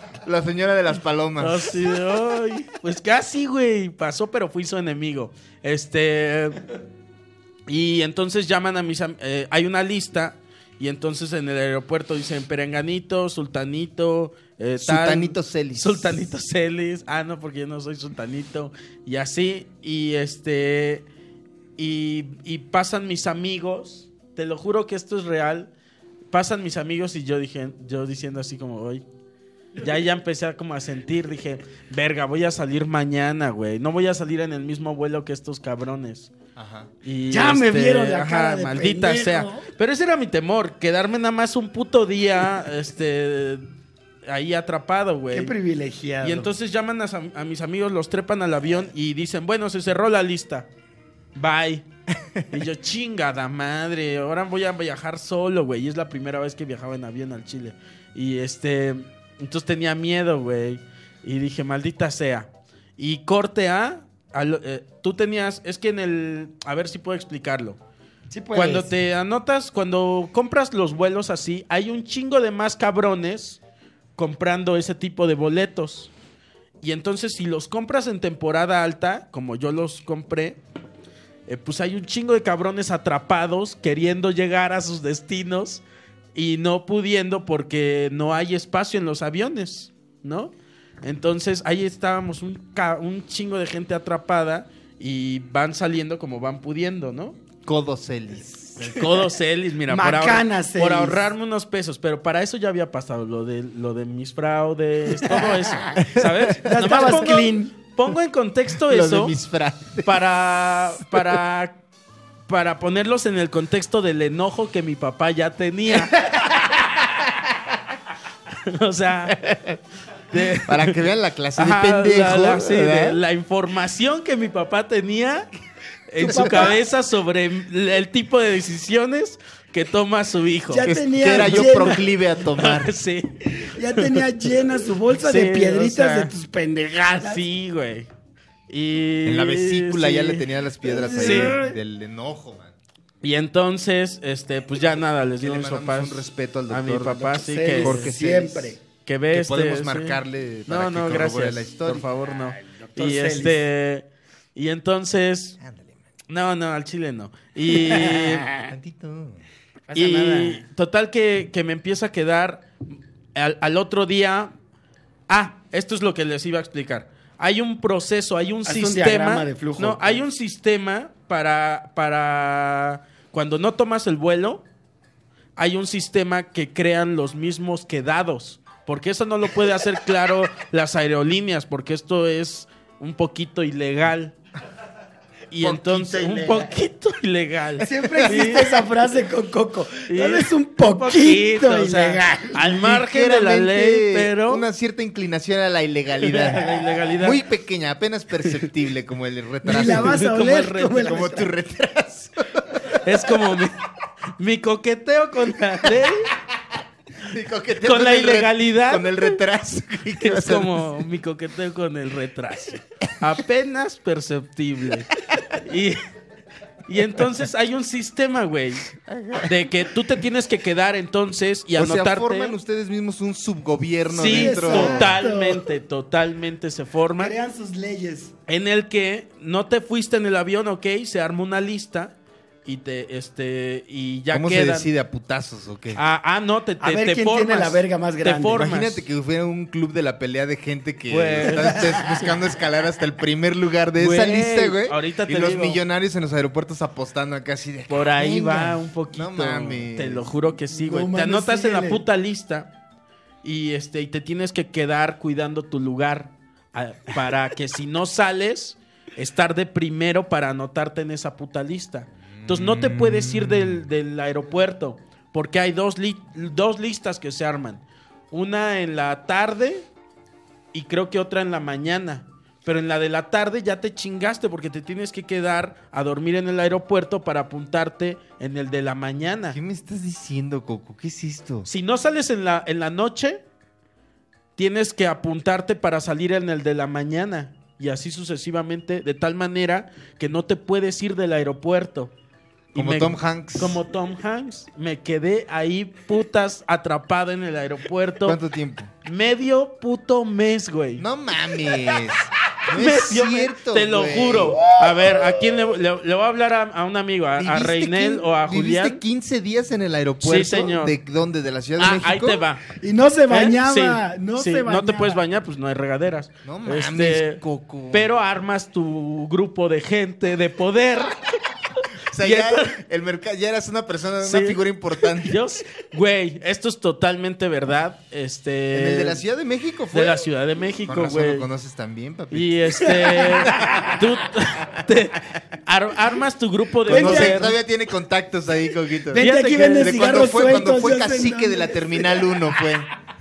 la señora de las palomas.
Así de, "Ay". Pues casi, güey. Pasó, pero fui su enemigo. Este. Y entonces llaman a mis. am- eh, hay una lista. Y entonces en el aeropuerto dicen Perenganito, Sultanito. eh, tal-
Sultanito Celis.
Sultanito Celis. Ah, no, porque yo no soy sultanito. Y así. Y este. Y, y pasan mis amigos. Te lo juro que esto es real. Pasan mis amigos y yo dije, yo diciendo así como hoy. Ya, ya empecé a como a sentir, dije, verga, voy a salir mañana, güey. No voy a salir en el mismo vuelo que estos cabrones.
Ajá.
Y, este,
Ya me vieron la cara de
maldita
pendejo.
sea. Pero ese era mi temor, quedarme nada más un puto día, este, ahí atrapado, güey.
Qué privilegiado.
Y entonces llaman a, sam- a mis amigos, los trepan al avión y dicen, bueno, se cerró la lista. Bye. Y yo, chingada madre, ahora voy a viajar solo, güey. Y es la primera vez que viajaba en avión al Chile. Y este, entonces tenía miedo, güey. Y dije, maldita sea. Y corte A, al- eh, tú tenías, es que en el, a ver si puedo explicarlo.
Sí puedes.
Cuando te anotas, cuando compras los vuelos así, hay un chingo de más cabrones comprando ese tipo de boletos. Y entonces, si los compras en temporada alta, como yo los compré, eh, pues hay un chingo de cabrones atrapados queriendo llegar a sus destinos y no pudiendo porque no hay espacio en los aviones, ¿no? Entonces ahí estábamos un, ca- un chingo de gente atrapada y van saliendo como van pudiendo, ¿no?
Codo Celis.
El codo Celis, mira, por, ahor-
Macana Celis.
por ahorrarme unos pesos, pero para eso ya había pasado lo de, lo de mis fraudes, todo eso, ¿sabes? Nomás
estabas clean.
pongo en contexto
Lo de
eso
mis fra-
para, para, para ponerlos en el contexto del enojo que mi papá ya tenía. o sea, de-
Para que vean la clase
Ajá,
de pendejo.
La, la- sí, de-
¿verdad?
la información que mi papá tenía en
¿Tu
su
papá?
cabeza sobre el el tipo de decisiones que toma su hijo.
Ya
que,
tenía
que era yo
llena.
proclive a tomar.
sí.
Ya tenía llena su bolsa
Sí,
de piedritas
o sea,
de tus pendejadas.
Ah, Sí, güey. Y,
En la vesícula ya
sí.
le tenía las piedras ahí
Sí.
del enojo, man.
Y entonces, este, pues ya nada, les
Que
digo a
le
mis
mandamos
papás.
un respeto al
a mi
doctor
papá, sí,
Celis,
que,
Jorge Celis.
siempre.
que ve
Que
este,
podemos
sí.
marcarle para
No,
que
no,
corrobore
gracias.
la historia.
Por favor, no.
doctor
Y
Celis.
este. Y entonces.
Ándale, man.
No, no, al chile no. Y. Ah.
Tantito.
Pasa
y
nada.
total que, que me empieza a quedar al, al otro día. Ah, esto es lo que les iba a explicar. Hay un proceso, hay un
Haz un
sistema.
diagrama de flujo.
No, hay un sistema para, para cuando no tomas el vuelo, hay un sistema que crean los mismos quedados. Porque eso no lo puede hacer claro las aerolíneas, porque esto es un poquito ilegal. Y
Poquito
entonces,
ilegal.
un poquito ilegal.
Siempre existe esa frase con Coco.
Sí.
Tal vez un poquito,
o sea,
ilegal.
al margen de la ley,
Ligeramente
pero
Una cierta inclinación a la ilegalidad.
La ilegalidad.
Muy pequeña, apenas perceptible como el retraso.
Ni la vas a
Como el
oler
re-
como el
como tu retraso.
es como mi, mi coqueteo con la ley.
Y coquetea
Con la
el re-
ilegalidad.
Con el retraso. ¿Qué
que
va a
es
hacer?
como mi coqueteo con el retraso. Apenas perceptible. Y, y entonces hay un sistema, güey, de que tú te tienes que quedar entonces y
o
anotarte.
sea, forman ustedes mismos un subgobierno
sí,
dentro.
exacto.
totalmente, totalmente se forma.
Crean sus leyes.
en el que no te fuiste en el avión, ok, se arma una lista y te este y ya
¿Cómo
quedan.
se decide a putazos o qué?
Ah, ah, no, te, te,
A ver
te
quién
formas.
tiene la verga más grande.
Te formas.
Imagínate que fuera un club de la pelea de gente que
Güey.
está estés buscando escalar hasta el primer lugar de esa
Güey,
lista, güey.
ahorita
y
te
los
digo.
millonarios en los aeropuertos apostando acá así de.
Por ahí
"Venga".
va un poquito.
No mames.
Te lo juro que sí,
No
güey. te
mames,
anotas en la
síguele.
puta lista y este y te tienes que quedar cuidando tu lugar a- para que si no sales estar de primero para anotarte en esa puta lista. Entonces no te puedes ir
Mm.
del, del aeropuerto porque hay dos, li- dos listas que se arman. Una en la tarde y creo que otra en la mañana. Pero en la de la tarde ya te chingaste porque te tienes que quedar a dormir en el aeropuerto para apuntarte en el de la mañana.
¿Qué me estás diciendo, Coco? ¿Qué es esto?
Si no sales en la, en la noche, tienes que apuntarte para salir en el de la mañana. Y así sucesivamente, de tal manera que no te puedes ir del aeropuerto. Y
Como
me-
Tom Hanks.
Como Tom Hanks. Me quedé ahí, putas, atrapado en el aeropuerto.
¿Cuánto tiempo?
Medio puto mes, güey.
No mames. No
Me-
es
yo me-
cierto.
Te lo
güey.
juro. A ver, ¿a quién le, le- le voy a hablar a, a un amigo? ¿A, a
¿Viviste quin-
Reinel o a
¿Viviste
Julián?
15 días en el aeropuerto?
Sí, señor.
¿De dónde? ¿De la Ciudad de
Ah,
México?
ahí te va.
Y no se
¿Eh?
bañaba.
Sí,
No
sí,
se bañaba.
No te puedes bañar, pues no hay regaderas.
No mames,
Este,
Coco.
Pero armas tu grupo de gente de poder.
O sea,
Y
ya,
esto-
el mercado, ya eras una persona, una
Sí.
figura importante.
Dios, güey, esto es totalmente verdad. Este,
¿En el de la Ciudad de México fue?
de la Ciudad de México,
Con razón
güey.
lo conoces también, papi.
Y este, tú te- ar- armas tu grupo de
Conoce-
poder.
todavía tiene contactos ahí, Coquito.
Vente
Fíjate
aquí,
que-
venden
De cuando
cigarros
fue,
sueltos.
cuando fue
ya sé en
cacique de la
dónde.
Terminal 1, fue.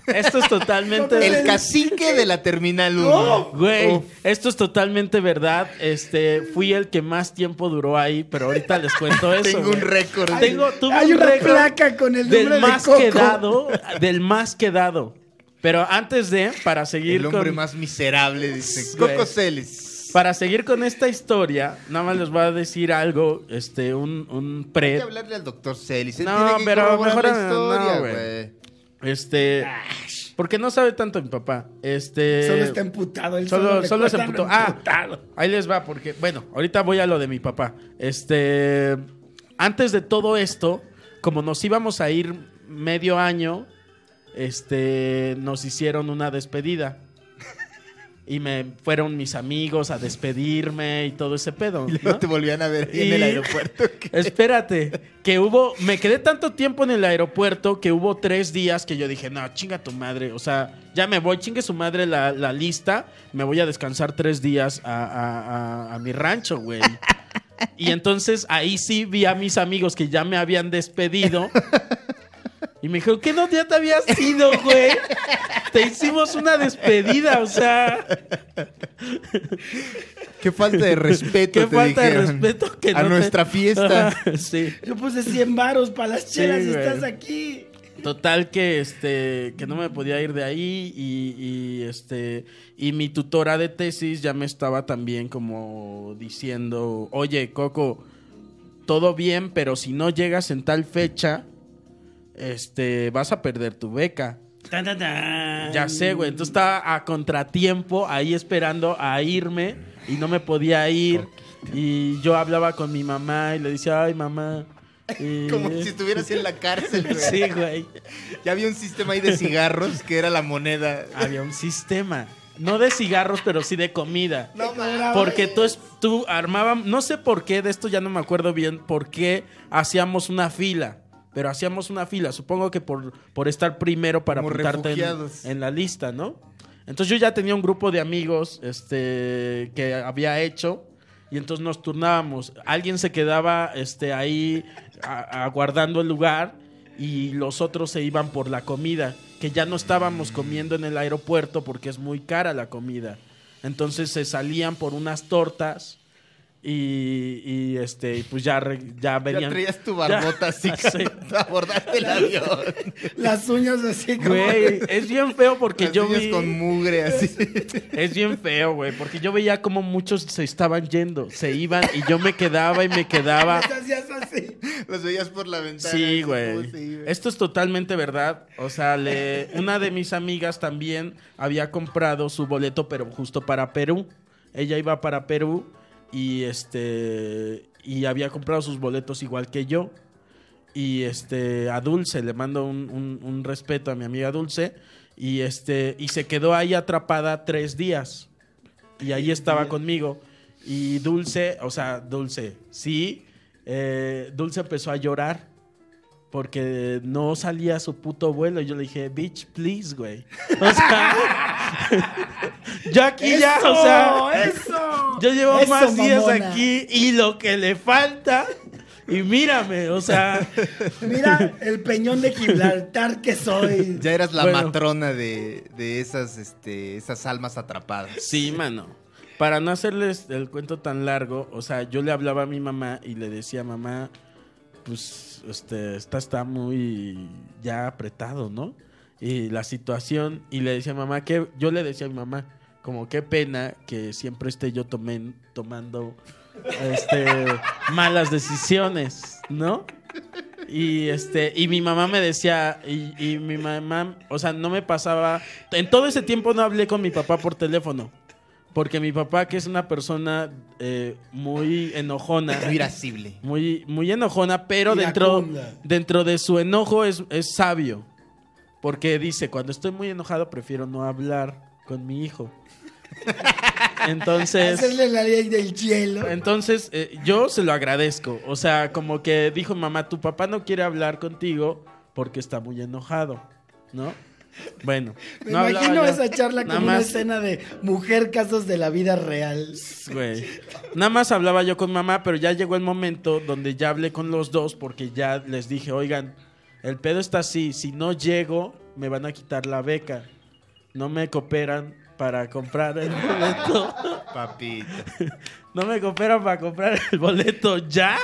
Esto es totalmente
El cacique de la Terminal 1.
Güey, esto es totalmente verdad. Este, fui el que más tiempo duró ahí, pero ahorita les cuento eso.
Tengo un
güey.
récord.
Tengo, tuve
Hay
un
una
récord
placa con el nombre
del
de
más
Coco.
quedado, del más quedado. Pero antes de, para seguir
El hombre
con,
más miserable, dice.
Güey.
Coco Celis.
para seguir con esta historia, nada más les voy a decir algo, este, un, un
Hay que
pre,
hablarle al doctor Celis. Él
Eh, No,
tiene que
pero
corroborar
mejor
la
no,
historia,
no, güey.
güey.
este, porque no sabe tanto mi papá, este,
Solo está emputado. Él
Solo-
le
solo se
cuentan lo
emputó. Ah.
emputado.
Ahí les va, porque, bueno, ahorita voy a lo de mi papá. Este, antes de todo esto, como nos íbamos a ir medio año, este, nos hicieron una despedida. Y me fueron mis amigos a despedirme y todo ese pedo.
Y luego
¿no?
te volvían a ver ahí en
Y-
el aeropuerto.
Espérate, que hubo, me quedé tanto tiempo en el aeropuerto que hubo tres días que yo dije, no, chinga tu madre, o sea, ya me voy, chingue su madre la, la lista, me voy a descansar tres días a, a- a- a mi rancho, güey. Y entonces ahí sí vi a mis amigos que ya me habían despedido. Y me dijeron, ¿qué no ya te habías ido, güey? Te hicimos una despedida, o sea,
Qué falta de respeto.
qué
te
falta de
dijeron.
respeto que
A
no te-
nuestra fiesta.
sí.
Yo puse 100 varos para las
Sí,
chelas y
güey.
estás aquí.
Total que este que no me podía ir de ahí y, y, este y mi tutora de tesis ya me estaba también como diciendo, "Oye, Coco, todo bien, pero si no llegas en tal fecha, este vas a perder tu beca."
Tan, tan, tan.
Ya sé, güey. Entonces estaba a contratiempo ahí esperando a irme y no me podía ir. Y yo hablaba con mi mamá y le decía, "Ay, mamá." eh,
Como si estuvieras en la cárcel, güey.
Sí, güey.
Ya había un sistema ahí de cigarros que era la moneda.
había un sistema. No de cigarros, pero sí de comida.
No mames.
Porque tú, es- tú armaban, no sé por qué, de esto ya no me acuerdo bien, por qué hacíamos una fila. Pero hacíamos una fila, supongo que por, por estar primero para
Como
apuntarte en,
refugiados.
en la lista, ¿no? Entonces yo ya tenía un grupo de amigos este, que había hecho y entonces nos turnábamos. Alguien se quedaba este, ahí a- aguardando el lugar y los otros se iban por la comida, que ya no estábamos comiendo en el aeropuerto porque es muy cara la comida. Entonces se salían por unas tortas y, y, este y pues ya, re- ya
Ya
venían.
traías tu barbota así
Ya sé.
cuando abordaste el avión.
Las uñas así como...
Güey, es bien feo porque
Las
yo
niñas
vi...
con mugre así.
Es bien feo, güey, porque yo veía como muchos se estaban yendo, se iban y yo me quedaba y me quedaba.
Las hacías así.
Los veías por la ventana.
Sí,
así,
güey.
como sí,
Esto es totalmente verdad. O sea, le- una de mis amigas también había comprado su boleto, pero justo para Perú. Ella iba para Perú y este y había comprado sus boletos igual que yo. Y este, a Dulce le mando un, un- un respeto a mi amiga Dulce. Y este, y se quedó ahí atrapada tres días. Y ahí estaba conmigo. Y Dulce, o sea, Dulce, sí. eh, Dulce empezó a llorar. Porque no salía su puto vuelo. Y yo le dije, bitch, please, güey. O sea, yo aquí ya, o sea,
eso.
yo llevo
eh, Eso,
más días
mamona.
aquí y lo que le falta. Y mírame, o sea,
Mira el peñón de Gibraltar que soy.
Ya eras la
Bueno.
matrona de, de esas, este, esas almas atrapadas.
sí, mano. Para no hacerles el cuento tan largo, o sea, yo le hablaba a mi mamá y le decía, mamá, pues, este, esta está muy ya apretado, ¿no? Y la situación, y le decía, mamá, que yo le decía a mi mamá, como qué pena que siempre esté yo tomen- tomando este, malas decisiones, ¿no? Y este, y mi mamá me decía, y, y mi mamá, o sea, no me pasaba. En todo ese tiempo no hablé con mi papá por teléfono. Porque mi papá, que es una persona eh, muy enojona.
Irascible.
Muy, muy enojona, pero dentro,
Iracunda.
dentro de su enojo es, es sabio. Porque dice, cuando estoy muy enojado prefiero no hablar con mi hijo. Entonces,
Hacerle la ley del hielo.
entonces eh, yo se lo agradezco. O sea, como que dijo mamá, tu papá no quiere hablar contigo porque está muy enojado, ¿no? Bueno,
Me
no hablaba
imagino
yo.
esa charla
Nada
como una
más.
escena de mujer casos de la vida real.
Güey. Nada más hablaba yo con mamá, pero ya llegó el momento donde ya hablé con los dos porque ya les dije, oigan, el pedo está así, si no llego me van a quitar la beca, no me cooperan para comprar el boleto,
Papita.
no me cooperan para comprar el boleto ya.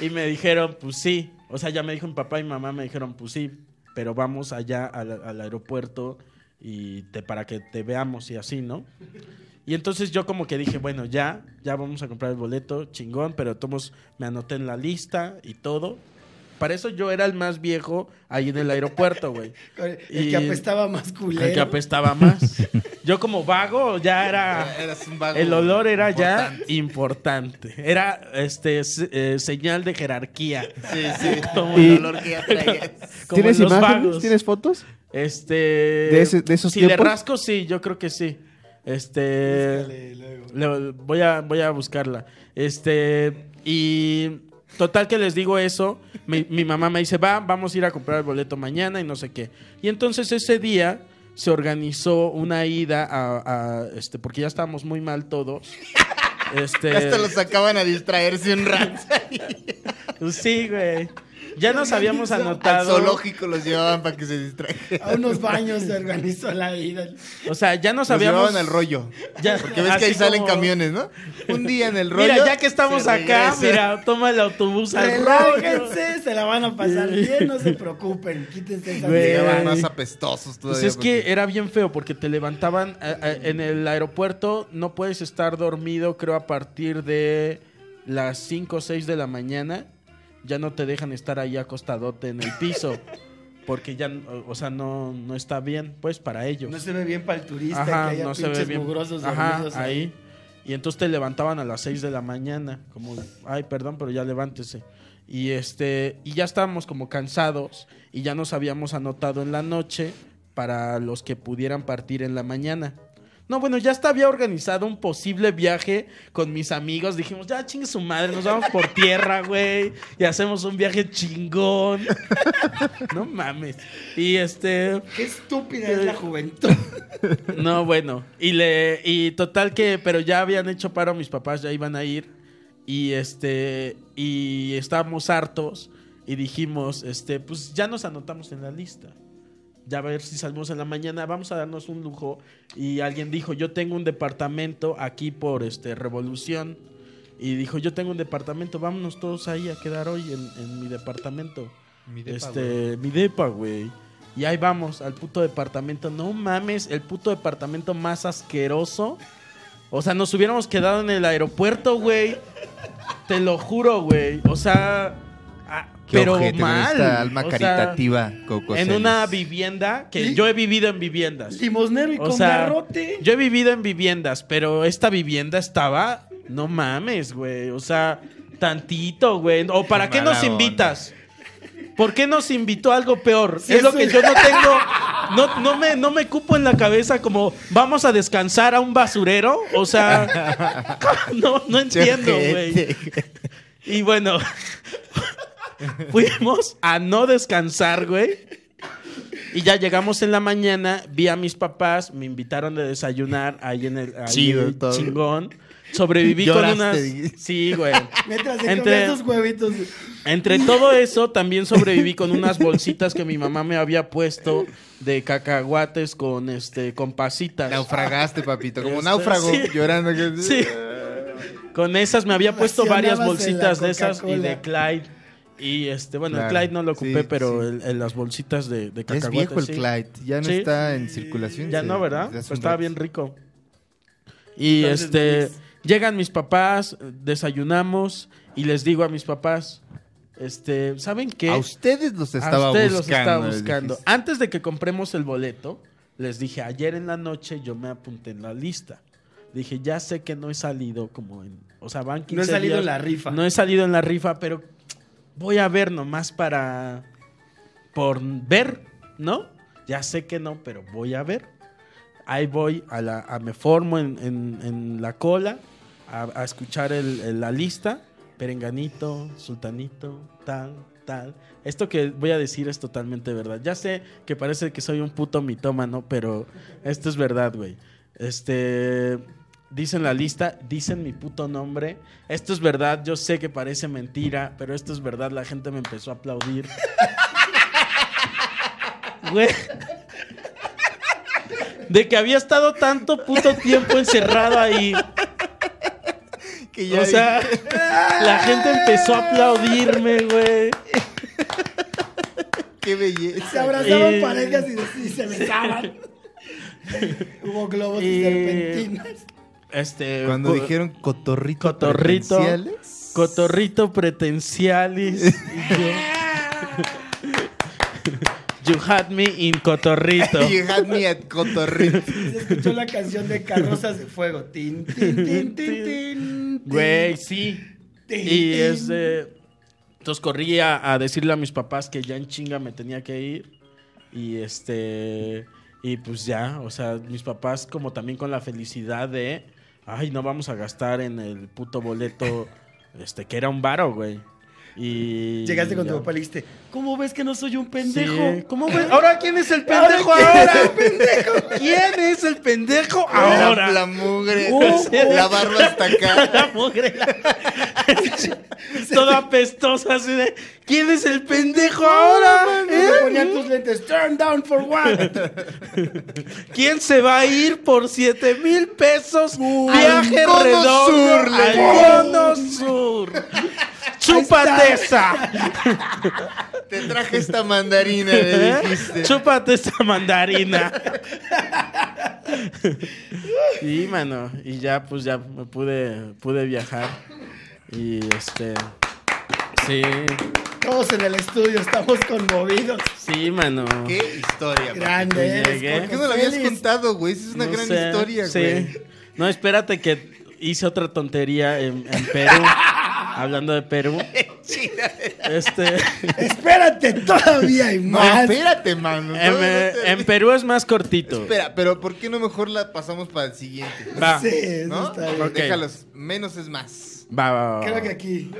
Y me dijeron, pues sí, o sea, ya me dijo mi papá y mamá, me dijeron, pues sí, pero vamos allá al, al aeropuerto y te, para que te veamos y así, ¿no? Y entonces yo como que dije, bueno, ya, ya vamos a comprar el boleto, chingón, pero tomos, me anoté en la lista y todo. Para eso yo era el más viejo ahí en el aeropuerto, güey.
El
Y-
que apestaba más culero.
El que apestaba más. Yo como vago ya era...
Eras un vago
Ah. El olor era
importante.
ya importante. Era este s- eh, señal de jerarquía.
Sí, sí.
Como
Y-
el olor-
que ya traías.
como
¿Tienes
en los
imágenes?
vagos.
¿Tienes fotos?
Este.
¿De ese- de esos
Si
tiempos?
le rasco, sí, yo creo que sí. Este.
Dale, luego.
le- voy, a, voy a buscarla. Este. Y. Total que les digo eso. Mi, mi mamá me dice, va, vamos a ir a comprar el boleto mañana y no sé qué. Y entonces ese día se organizó una ida a. a, este, porque ya estábamos muy mal todos. Este.
Hasta los sacaban a distraerse un rato.
Pues Sí, güey. Ya nos habíamos
Al
anotado.
zoológico los llevaban para que se distrajeran.
A unos baños se organizó la vida.
O sea, ya nos
Los
habíamos.
llevaban al rollo.
Ya-
Porque ves que ahí
así
salen
como-
camiones, ¿no? Un día en el rollo.
Mira, ya que estamos
se
acá,
regresa.
mira, toma el autobús al rollo.
Relájense, se la van a pasar bien, no se preocupen. Quítense esa
Güey.
Llegaban
mierda.
más apestosos todavía.
Pues es
porque-
que era bien feo porque te levantaban eh, eh, en el aeropuerto, no puedes estar dormido, creo, a partir de las 5 o 6 de la mañana. Ya no te dejan estar ahí acostadote en el piso. Porque ya, o- o sea, no, no está bien, pues, para ellos.
No se ve bien para el turista
Ajá,
que haya
no se
pinches
ve bien.
mugrosos
Ajá,
dormidos ahí.
ahí. Y entonces te levantaban a las 6 de la mañana, como, ay, perdón, pero ya levántese. Y este, y ya estábamos como cansados y ya nos habíamos anotado en la noche para los que pudieran partir en la mañana. No, bueno, ya hasta había organizado un posible viaje con mis amigos. Dijimos, ya chingue su madre, nos vamos por tierra, güey. Y hacemos un viaje chingón. no mames. Y este.
Qué estúpida es la juventud.
No, bueno. Y le y total que pero ya habían hecho paro mis papás, ya iban a ir y este y estábamos hartos y dijimos, este, pues ya nos anotamos en la lista. Ya a ver si salimos en la mañana, vamos a darnos un lujo y alguien dijo, "Yo tengo un departamento aquí por este Revolución." Y dijo, "Yo tengo un departamento, vámonos todos ahí a quedar hoy en, en mi departamento." este, mi depa, güey. Y ahí vamos al puto departamento. No mames, el puto departamento más asqueroso. O sea, nos hubiéramos quedado en el aeropuerto, güey. Te lo juro, güey. O sea, ah,
Qué
pero
ojete, mira,
mal.
Esta alma
O sea,
caritativa, Coco
en
Celis.
una vivienda que
¿Y?
yo he vivido en viviendas.
Limosnero y
O
con
sea,
garrote.
Yo he vivido en viviendas, pero esta vivienda estaba. No mames, güey. O sea, Tantito, güey. ¿O para qué nos
mala onda.
invitas? ¿Por qué nos invitó a algo peor?
Sí,
es lo
es
que
un-
yo no tengo. No, no, me, no me cupo en la cabeza como vamos a descansar a un basurero. O sea, no, no entiendo, güey. Y bueno, fuimos a no descansar, güey. Y ya llegamos en la mañana, vi a mis papás, me invitaron de desayunar ahí en el ahí,
Chido, todo.
chingón. Sobreviví
Lloraste,
con unas.
dijiste.
Sí, güey.
Mientras se
Entre-
comía sus huevitos.
Entre todo eso, también sobreviví con unas bolsitas que mi mamá me había puesto de cacahuates con este con pasitas.
Naufragaste, papito. Como
Este,
náufrago,
sí.
llorando.
Sí. Con esas me había puesto varias
Vaciabas en la
bolsitas de esas y de Clyde. Y este, bueno, el
Claro,
Clyde no lo ocupé,
sí,
pero
sí.
el- el- las bolsitas de, de
Ya
cacahuates.
es viejo el
sí.
Clyde. Ya no
Sí.
está en circulación.
Ya
se-
no, ¿verdad?
desde hace
Pero
un
estaba
rato.
bien rico. Y
Entonces,
este,
Luis.
llegan mis papás, desayunamos y les digo a mis papás, este, ¿saben qué?
A ustedes los
A
estaba
ustedes
buscando.
los estaba
les
buscando.
dijiste.
Antes de que compremos el boleto, les dije, ayer en la noche yo me apunté en la lista. Dije, ya sé que no he salido como en... O sea, van 15
No he salido
días,
en la rifa.
No he salido en la rifa, pero voy a ver nomás para... Por ver, ¿no? Ya sé que no, pero voy a ver. Ahí voy, a la, a- me formo en, en- en la cola a, a escuchar el- el- la lista. Perenganito, sultanito, tal, tal. Esto que voy a decir es totalmente verdad. Ya sé que parece que soy un puto mitómano, pero esto es verdad, güey. Este. Dicen la lista, dicen mi puto nombre. Esto es verdad, yo sé que parece mentira, pero esto es verdad. La gente me empezó a aplaudir. Güey. De que había estado tanto puto tiempo encerrado ahí.
Que
O sea, la gente empezó a aplaudirme, güey.
qué belleza.
Se abrazaban
Y-
parejas y, des- y se besaban. Hubo globos y
Y-
serpentinas.
Este.
Cuando
co-
dijeron cotorrito.
Cotorrito.
presenciales.
Cotorrito pretencialis. you had me in cotorrito.
You had me at cotorrito.
Se escuchó la canción de Carrozas de Fuego. Tin, tin, tin, tin, tin,
Güey, sí.
tin,
Y
tin.
este. Entonces corrí a, a decirle a mis papás que ya en chinga me tenía que ir. Y este. Y pues ya, o sea, mis papás, como también con la felicidad de. Ay, no vamos a gastar en el puto boleto. Este, que era un varo, güey. Y.
Llegaste con tu
ya.
papá y le dijiste, ¿cómo ves que no soy un pendejo?
Sí. ¿Cómo ves? Ahora quién es el
Ahora,
pendejo
¿quién
ahora?
es el pendejo?
¿Quién es el pendejo
Ahora. La
ahora?
mugre.
Uh,
la barba hasta acá.
La mugre, la- Toda apestosa así de ¿Quién es el pendejo ahora?
Y
eh?
te ponían tus lentes, turn down for one.
¿Quién se va a ir por 7 mil pesos? Viaje
al cono
redondo
sur, le
al
digo.
cono sur. Chúpate esa.
Te traje esta mandarina,
¿Eh?
le dijiste.
Chúpate esa mandarina. y mano, y ya pues ya me pude pude viajar y este sí,
Todos en el estudio estamos conmovidos.
sí, mano.
Qué historia, papito.
Grande, eres,
llegué.
¿Por
Coco
qué no la habías
Celis.
contado, güey? Esa es una
No
gran
sé,
historia,
sí.
güey.
No, espérate que hice otra tontería en, en Perú. hablando de Perú. este
Espérate, todavía hay
No,
más.
espérate, mano. todavía
en,
no
eh,
te-
en Perú es más cortito.
Espera, pero ¿por qué no mejor la pasamos para el siguiente?
Va,
Sí, eso
¿No?
está bien.
Ok.
Déjalos. Menos es más.
va, va, va, va.
Creo que
ah.
aquí.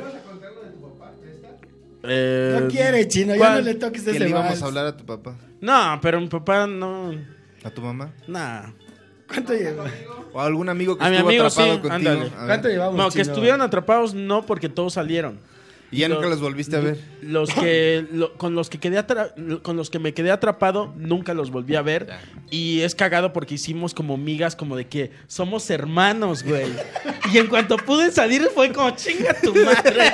Eh,
No quiere, chino, ya
¿cuál?
no le toques
Que
ese
le íbamos
vals.
a hablar a tu papá.
No, pero mi papá no
¿A tu mamá?
nada.
¿Cuánto llevamos?
¿O a algún amigo que
A mi
estuvo
amigo,
atrapado
sí,
contigo?
ándale.
A ver.
¿Cuánto llevamos?
No, que
chino?
estuvieron atrapados no porque todos salieron.
Y ya
Lo-
nunca los volviste a ver.
Los que lo- con los que quedé atra- lo- con los que me quedé atrapado nunca los volví a ver y es cagado porque hicimos como migas como de que somos hermanos, güey. Y en cuanto pude salir fue como chinga tu madre. güey".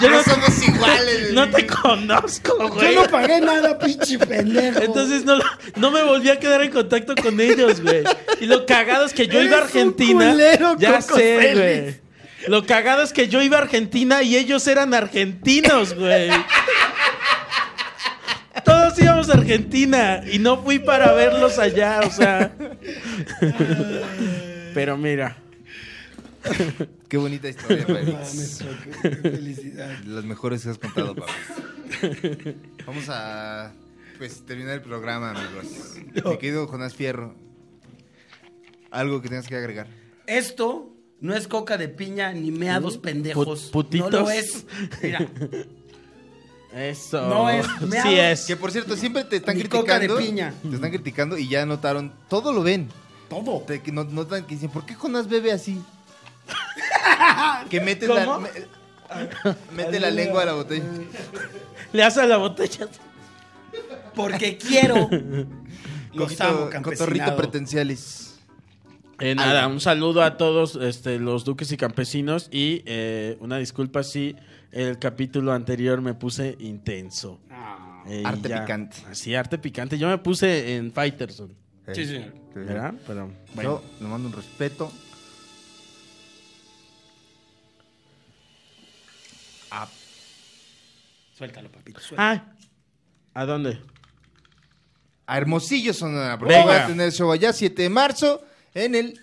Yo
no
no,
Ah, somos iguales.
no te conozco, güey.
Yo no pagué nada, pinche pendejo.
Entonces no, no me volví a quedar en contacto con ellos, güey. Y lo cagado es que yo
Eres
iba a
un
Argentina.
culero,
ya
Coco
sé,
Celis.
güey. Lo cagado es que yo iba a Argentina y ellos eran argentinos, güey. Todos íbamos a Argentina y no fui para verlos allá, o sea. Pero mira.
Qué bonita historia,
Mames,
Félix.
Paco, qué felicidad.
Las mejores que has contado, Pablo. Vamos a pues terminar el programa, amigos. Mi querido Jonás Fierro. Algo que tengas que agregar.
Esto no es coca de piña ni meados pendejos.
Mm, Put- putitos.
No lo es. Mira,
Eso.
No es- me
Sí
hago-
es.
Que por cierto, siempre te están
Mi coca
criticando.
de piña.
Te están criticando y ya notaron. Todo lo ven.
todo.
Te- que no- notan que dicen, ¿por qué Jonás bebe así? que mete la.
¿Cómo?
me- mete la lengua a la botella.
Le hace a la botella.
Porque quiero. Los
Coquito-
amo,
Cotorrito
campesinado.
pretenciales.
Eh, nada, un saludo a todos este, los duques y campesinos y eh, una disculpa si el capítulo anterior me puse intenso.
Ah,
Eh,
Arte
ya.
picante.
Sí, arte picante. Yo me puse en Fighterson.
Sí, señor.
¿Verdad? Pero, bueno.
Este, Yo le mando un respeto.
Suéltalo, papito. suéltalo.
Ah, ¿a dónde?
A Hermosillo Sonora, porque
Venga.
voy a tener show allá 7 de marzo en el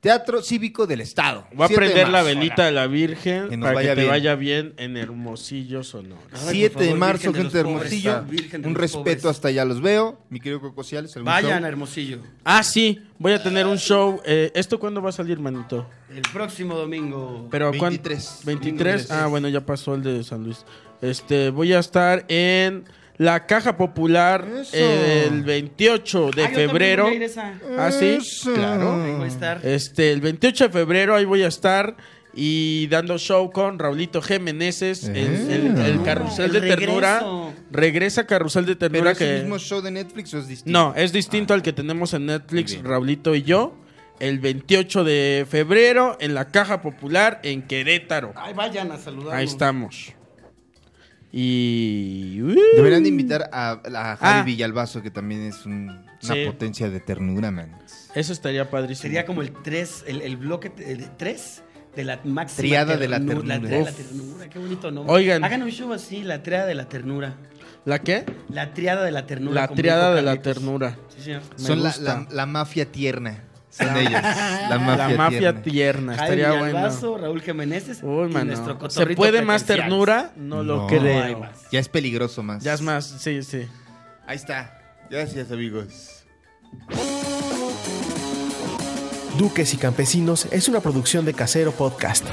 Teatro Cívico del Estado.
Voy a
7 de
prender la
marzo.
velita de la Virgen
Que nos
para
vaya
que te
bien.
vaya bien en Hermosillo, Sonora.
Ay, por
7 de
favor,
marzo,
Virgen de
gente de
los pobres,
Hermosillo.
está. Virgen de
un
los
respeto
pobres.
hasta allá, los veo. Mi querido Cocociales, ¿algún
Vayan
show?
a Hermosillo.
Ah, sí, voy a tener un show. eh, ¿Esto cuándo va a salir, manito?
El próximo domingo.
Pero ¿cuán-
23.
23. Ah, bueno, ya pasó el de San Luis. Este, voy a estar en la Caja Popular
Eso.
el 28 de
Ah, yo también
febrero.
voy a ir esa.
Ah, sí,
Eso.
claro.
Voy a estar.
Este, el 28 de febrero ahí voy a estar y dando show con Raulito Jiménez, el, el- el
Ah.
carrusel
El
de ternura.
regreso.
Regresa carrusel de
¿Pero
ternura
es
que
el mismo show de Netflix o es distinto?
no, es distinto al que tenemos en Netflix,
Muy bien.
Raulito y yo, el 28 de febrero en la Caja Popular en Querétaro.
Ay, vayan a saludar.
Ahí estamos. Y. uh,
Deberían de invitar a, a Javi
Ah.
Villalbazo, que también es un- una
Sí.
potencia de ternura, man.
Eso estaría padrísimo.
Sería como el 3, el, el bloque 3 de la máxima.
Triada de la
La
ternura.
triada de la
Uf.
ternura, qué bonito nombre.
Oigan.
Hagan un show así, la triada de la ternura.
¿La qué?
La triada de la ternura.
la
con
triada
Bronco
de la
Carlitos.
ternura.
Sí, señor.
Me
Son la,
gusta.
la- la mafia tierna. Son ellos. La mafia,
La mafia
tierna.
tierna.
Jaime
Estaría
Villalbazo,
bueno.
Raúl Jiménez
Uy,
y nuestro
mano. ¿Se
cotorrito
puede más
presencial.
ternura? No lo
No.
No hay
creo.
más.
Ya es peligroso más.
Ya es más, sí, sí.
Ahí está. Gracias, amigos.
Duques y Campesinos es una producción de Casero Podcast.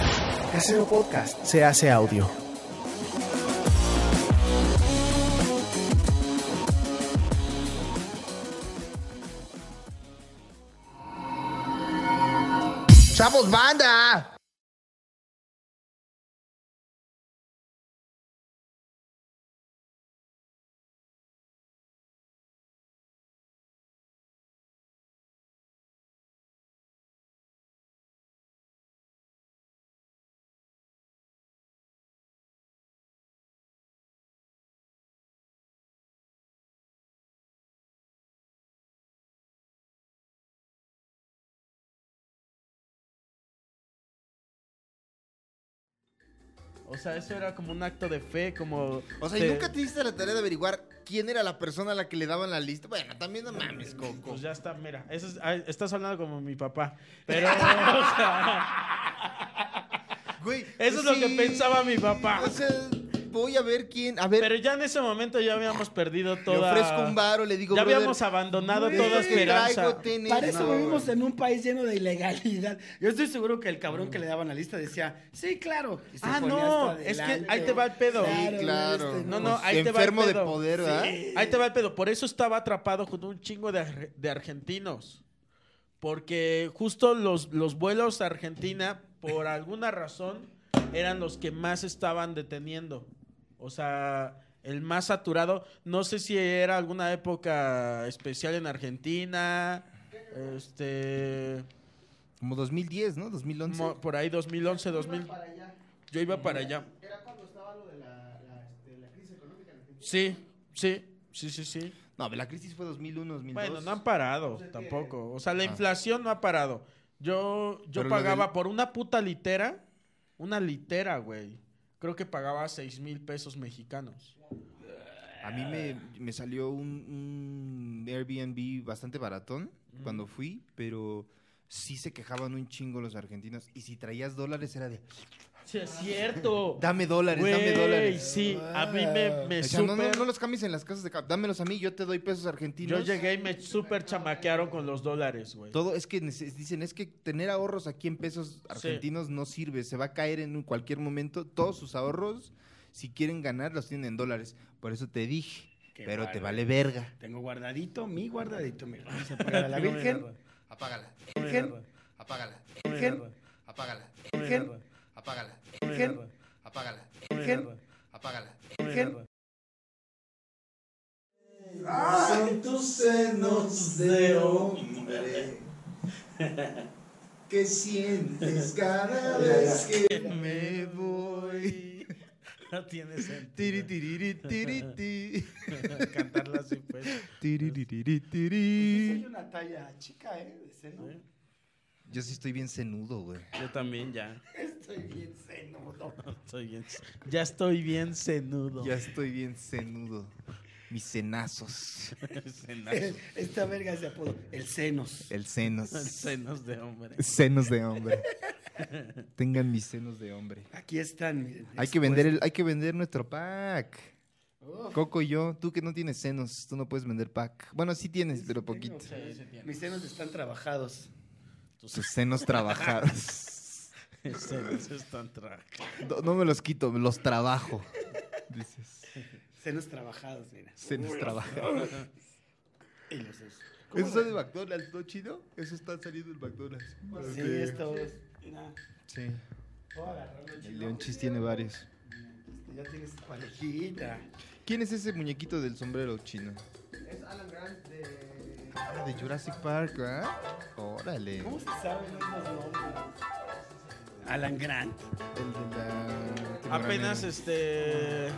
Casero Podcast se hace audio.
¡Chavos, banda!
O sea, eso era como un acto de fe, como.
O sea, ¿y nunca te diste la tarea de averiguar quién era la persona a la que le daban la lista? Bueno, también no mames, Coco.
Pues ya está, mira. Eso es- ay, estás hablando como mi papá. Pero. o sea,
Güey,
eso es lo
pues
que
sí.
pensaba mi papá.
O sea, voy a ver quién. A ver,
Pero ya en ese momento ya habíamos perdido
le
toda.
ofrezco un varo, le digo.
Ya
"Brother,
habíamos abandonado
¿qué
toda
es lo que traigo?
esperanza.
Tenis.
Para eso
No,
vivimos
güey.
en un país lleno de ilegalidad. Yo estoy seguro que el cabrón que le daban la lista decía, sí, claro. Y se
Ah,
ponía
no,
hasta
es que
adelante.
ahí te va el pedo.
Sí, claro.
este,
No, no,
Pues,
ahí te va el
Enfermo de
pedo.
poder, ¿verdad?
Ahí te va el pedo. Por eso estaba atrapado con un chingo de, ar- de argentinos. Porque justo los, los vuelos a Argentina, por alguna razón, eran los que más estaban deteniendo. O sea, el más saturado. No sé si era alguna época especial en Argentina. Este.
Como 2010, ¿no? 2011.
Mo- por ahí 2011, 2000. Yo iba para allá. Sí, sí, sí, sí, sí.
No, la crisis fue 2001, 2002.
Bueno, no han parado tampoco. O sea, la inflación no ha parado. Yo, yo
Ah. Pero lo
pagaba
del-
por una puta litera, una litera, güey. Creo que pagaba 6 mil pesos mexicanos.
A mí me, me
Mm.
salió un, un Airbnb bastante baratón cuando fui, pero sí se quejaban un chingo los argentinos. Y si traías dólares era de,
Sí, es cierto.
dame dólares, dame
Güey,
dólares.
Sí, a mí me, me
O sea, no, no,
súper-
no los cambies en las casas de cambio, dámelos a mí, yo te doy pesos argentinos.
Yo llegué y me súper chamaquearon con los dólares, güey.
Todo es que neces- dicen, es que tener ahorros aquí en pesos argentinos no sirve, se va a caer en un- cualquier momento. Todos sus ahorros, si quieren ganar, los tienen en dólares. Por eso te dije,
Qué
pero te
bárbaro.
vale verga.
Tengo guardadito, mi guardadito, mi vamos a pagar a la Virgen.
Apágala,
Virgen,
apágala,
Virgen,
apágala,
Virgen,
apágala,
Virgen,
apágala,
Virgen,
apágala.
Virgen.
Son tus senos de hombre que sientes cada vez que
Me voy.
No tiene
Tiri,
sentido
tiri, tiri, tiri.
cantarla así, pues.
Tiri, tiri,
Soy
tiri.
una talla chica, ¿eh? De seno.
Yo sí estoy bien cenudo, güey.
Yo también ya.
Estoy bien seno. no.
Estoy bien. Ya estoy bien cenudo.
Ya estoy bien cenudo. Mis cenazos.
Esta verga se apodo. El senos.
El senos.
Senos de hombre.
Senos de hombre. Tengan mis senos de hombre.
Aquí están, miren.
Hay que
expuestos.
vender el, hay que vender nuestro pack. Coco y yo, tú que no tienes senos, tú no puedes vender pack. Bueno, sí tienes, pero poquito.
Mis senos están trabajados.
Sus senos trabajados.
Senos están traje.
No, no me los quito, me los trabajo. Dices,
Senos trabajados, mira.
senos trabajados.
Y los senos.
Eso está de McDonald's, ¿no, chido? Eso está saliendo del McDonald's.
Sí,
Ok.
esto es. Mira,
Sí.
puedo agarrarlo,
El
chico.
León Chis tiene varios.
Este, Ya tienes parejita.
¿Quién es ese muñequito del sombrero chino?
Es Alan Grant de...
Ah, de Jurassic Park, ¿ah? Órale.
¿Cómo se saben estos nombres? Alan Grant.
El de la...
Apenas este.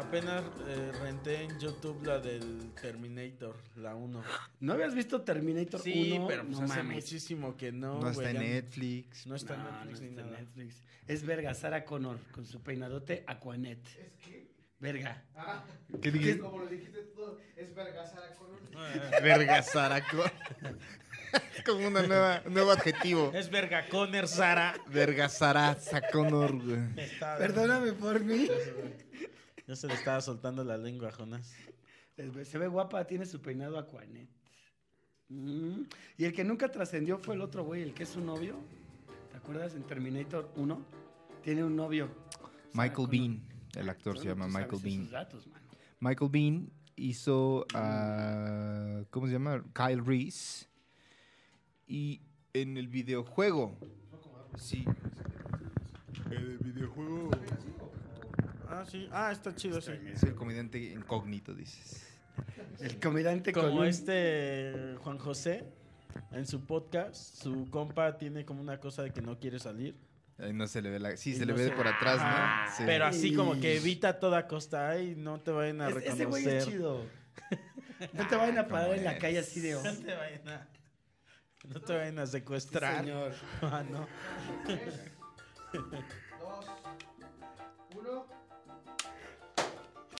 Apenas eh, renté en YouTube la del Terminator, la 1.
¿No habías visto Terminator 1?
Sí, pero pues
no
hace
mames.
muchísimo que no.
No está
güey,
en
ya
Netflix.
No está
No,
en Netflix
no
ni
está en
nada.
Netflix. Es verga, Sara Connor, con su peinadote Aquanet. ¿Es qué? Verga.
Ah,
¿Qué dije?
como lo dijiste tú, es verga Sarah Connor.
Verga Saraco. es como una nueva, un nuevo adjetivo.
eh, Es verga Conner Sara.
Verga Sara Saconor, güey.
Está-
Perdóname por mí.
Ya se le estaba soltando la lengua, Jonas.
Se ve- Se ve guapa, tiene su peinado Aquanet. Mm. Y el que nunca trascendió fue el otro güey, el que es su novio. ¿Te acuerdas en Terminator 1? Tiene un novio.
Michael
Sarah
Bean. El actor
Connor.
se llama
Tú sabes
Michael
esos
Bean.
datos, mano.
Michael Bean hizo a. ¿Cómo se llama? Kyle Reese. Y en el videojuego. Sí. En el videojuego.
Ah, sí. Ah, está chido, sí.
Es el comediante incógnito, dices.
El comediante con
Como
un-
este Juan José, en su podcast, su compa tiene como una cosa de que no quiere salir.
Ahí no se le ve la. Sí,
Y
se le
no
ve
se-
por atrás,
Ah,
¿no? Sí.
Pero así como que evita a toda costa. Ay, no te vayan a
Es-
reconocer.
ese güey es chido. No te vayan a parar
¿cómo
en la
es?
calle así de... "Oh,
No te vayan a, Ah, no te vayan a secuestrar.
Señor.
Ah, no.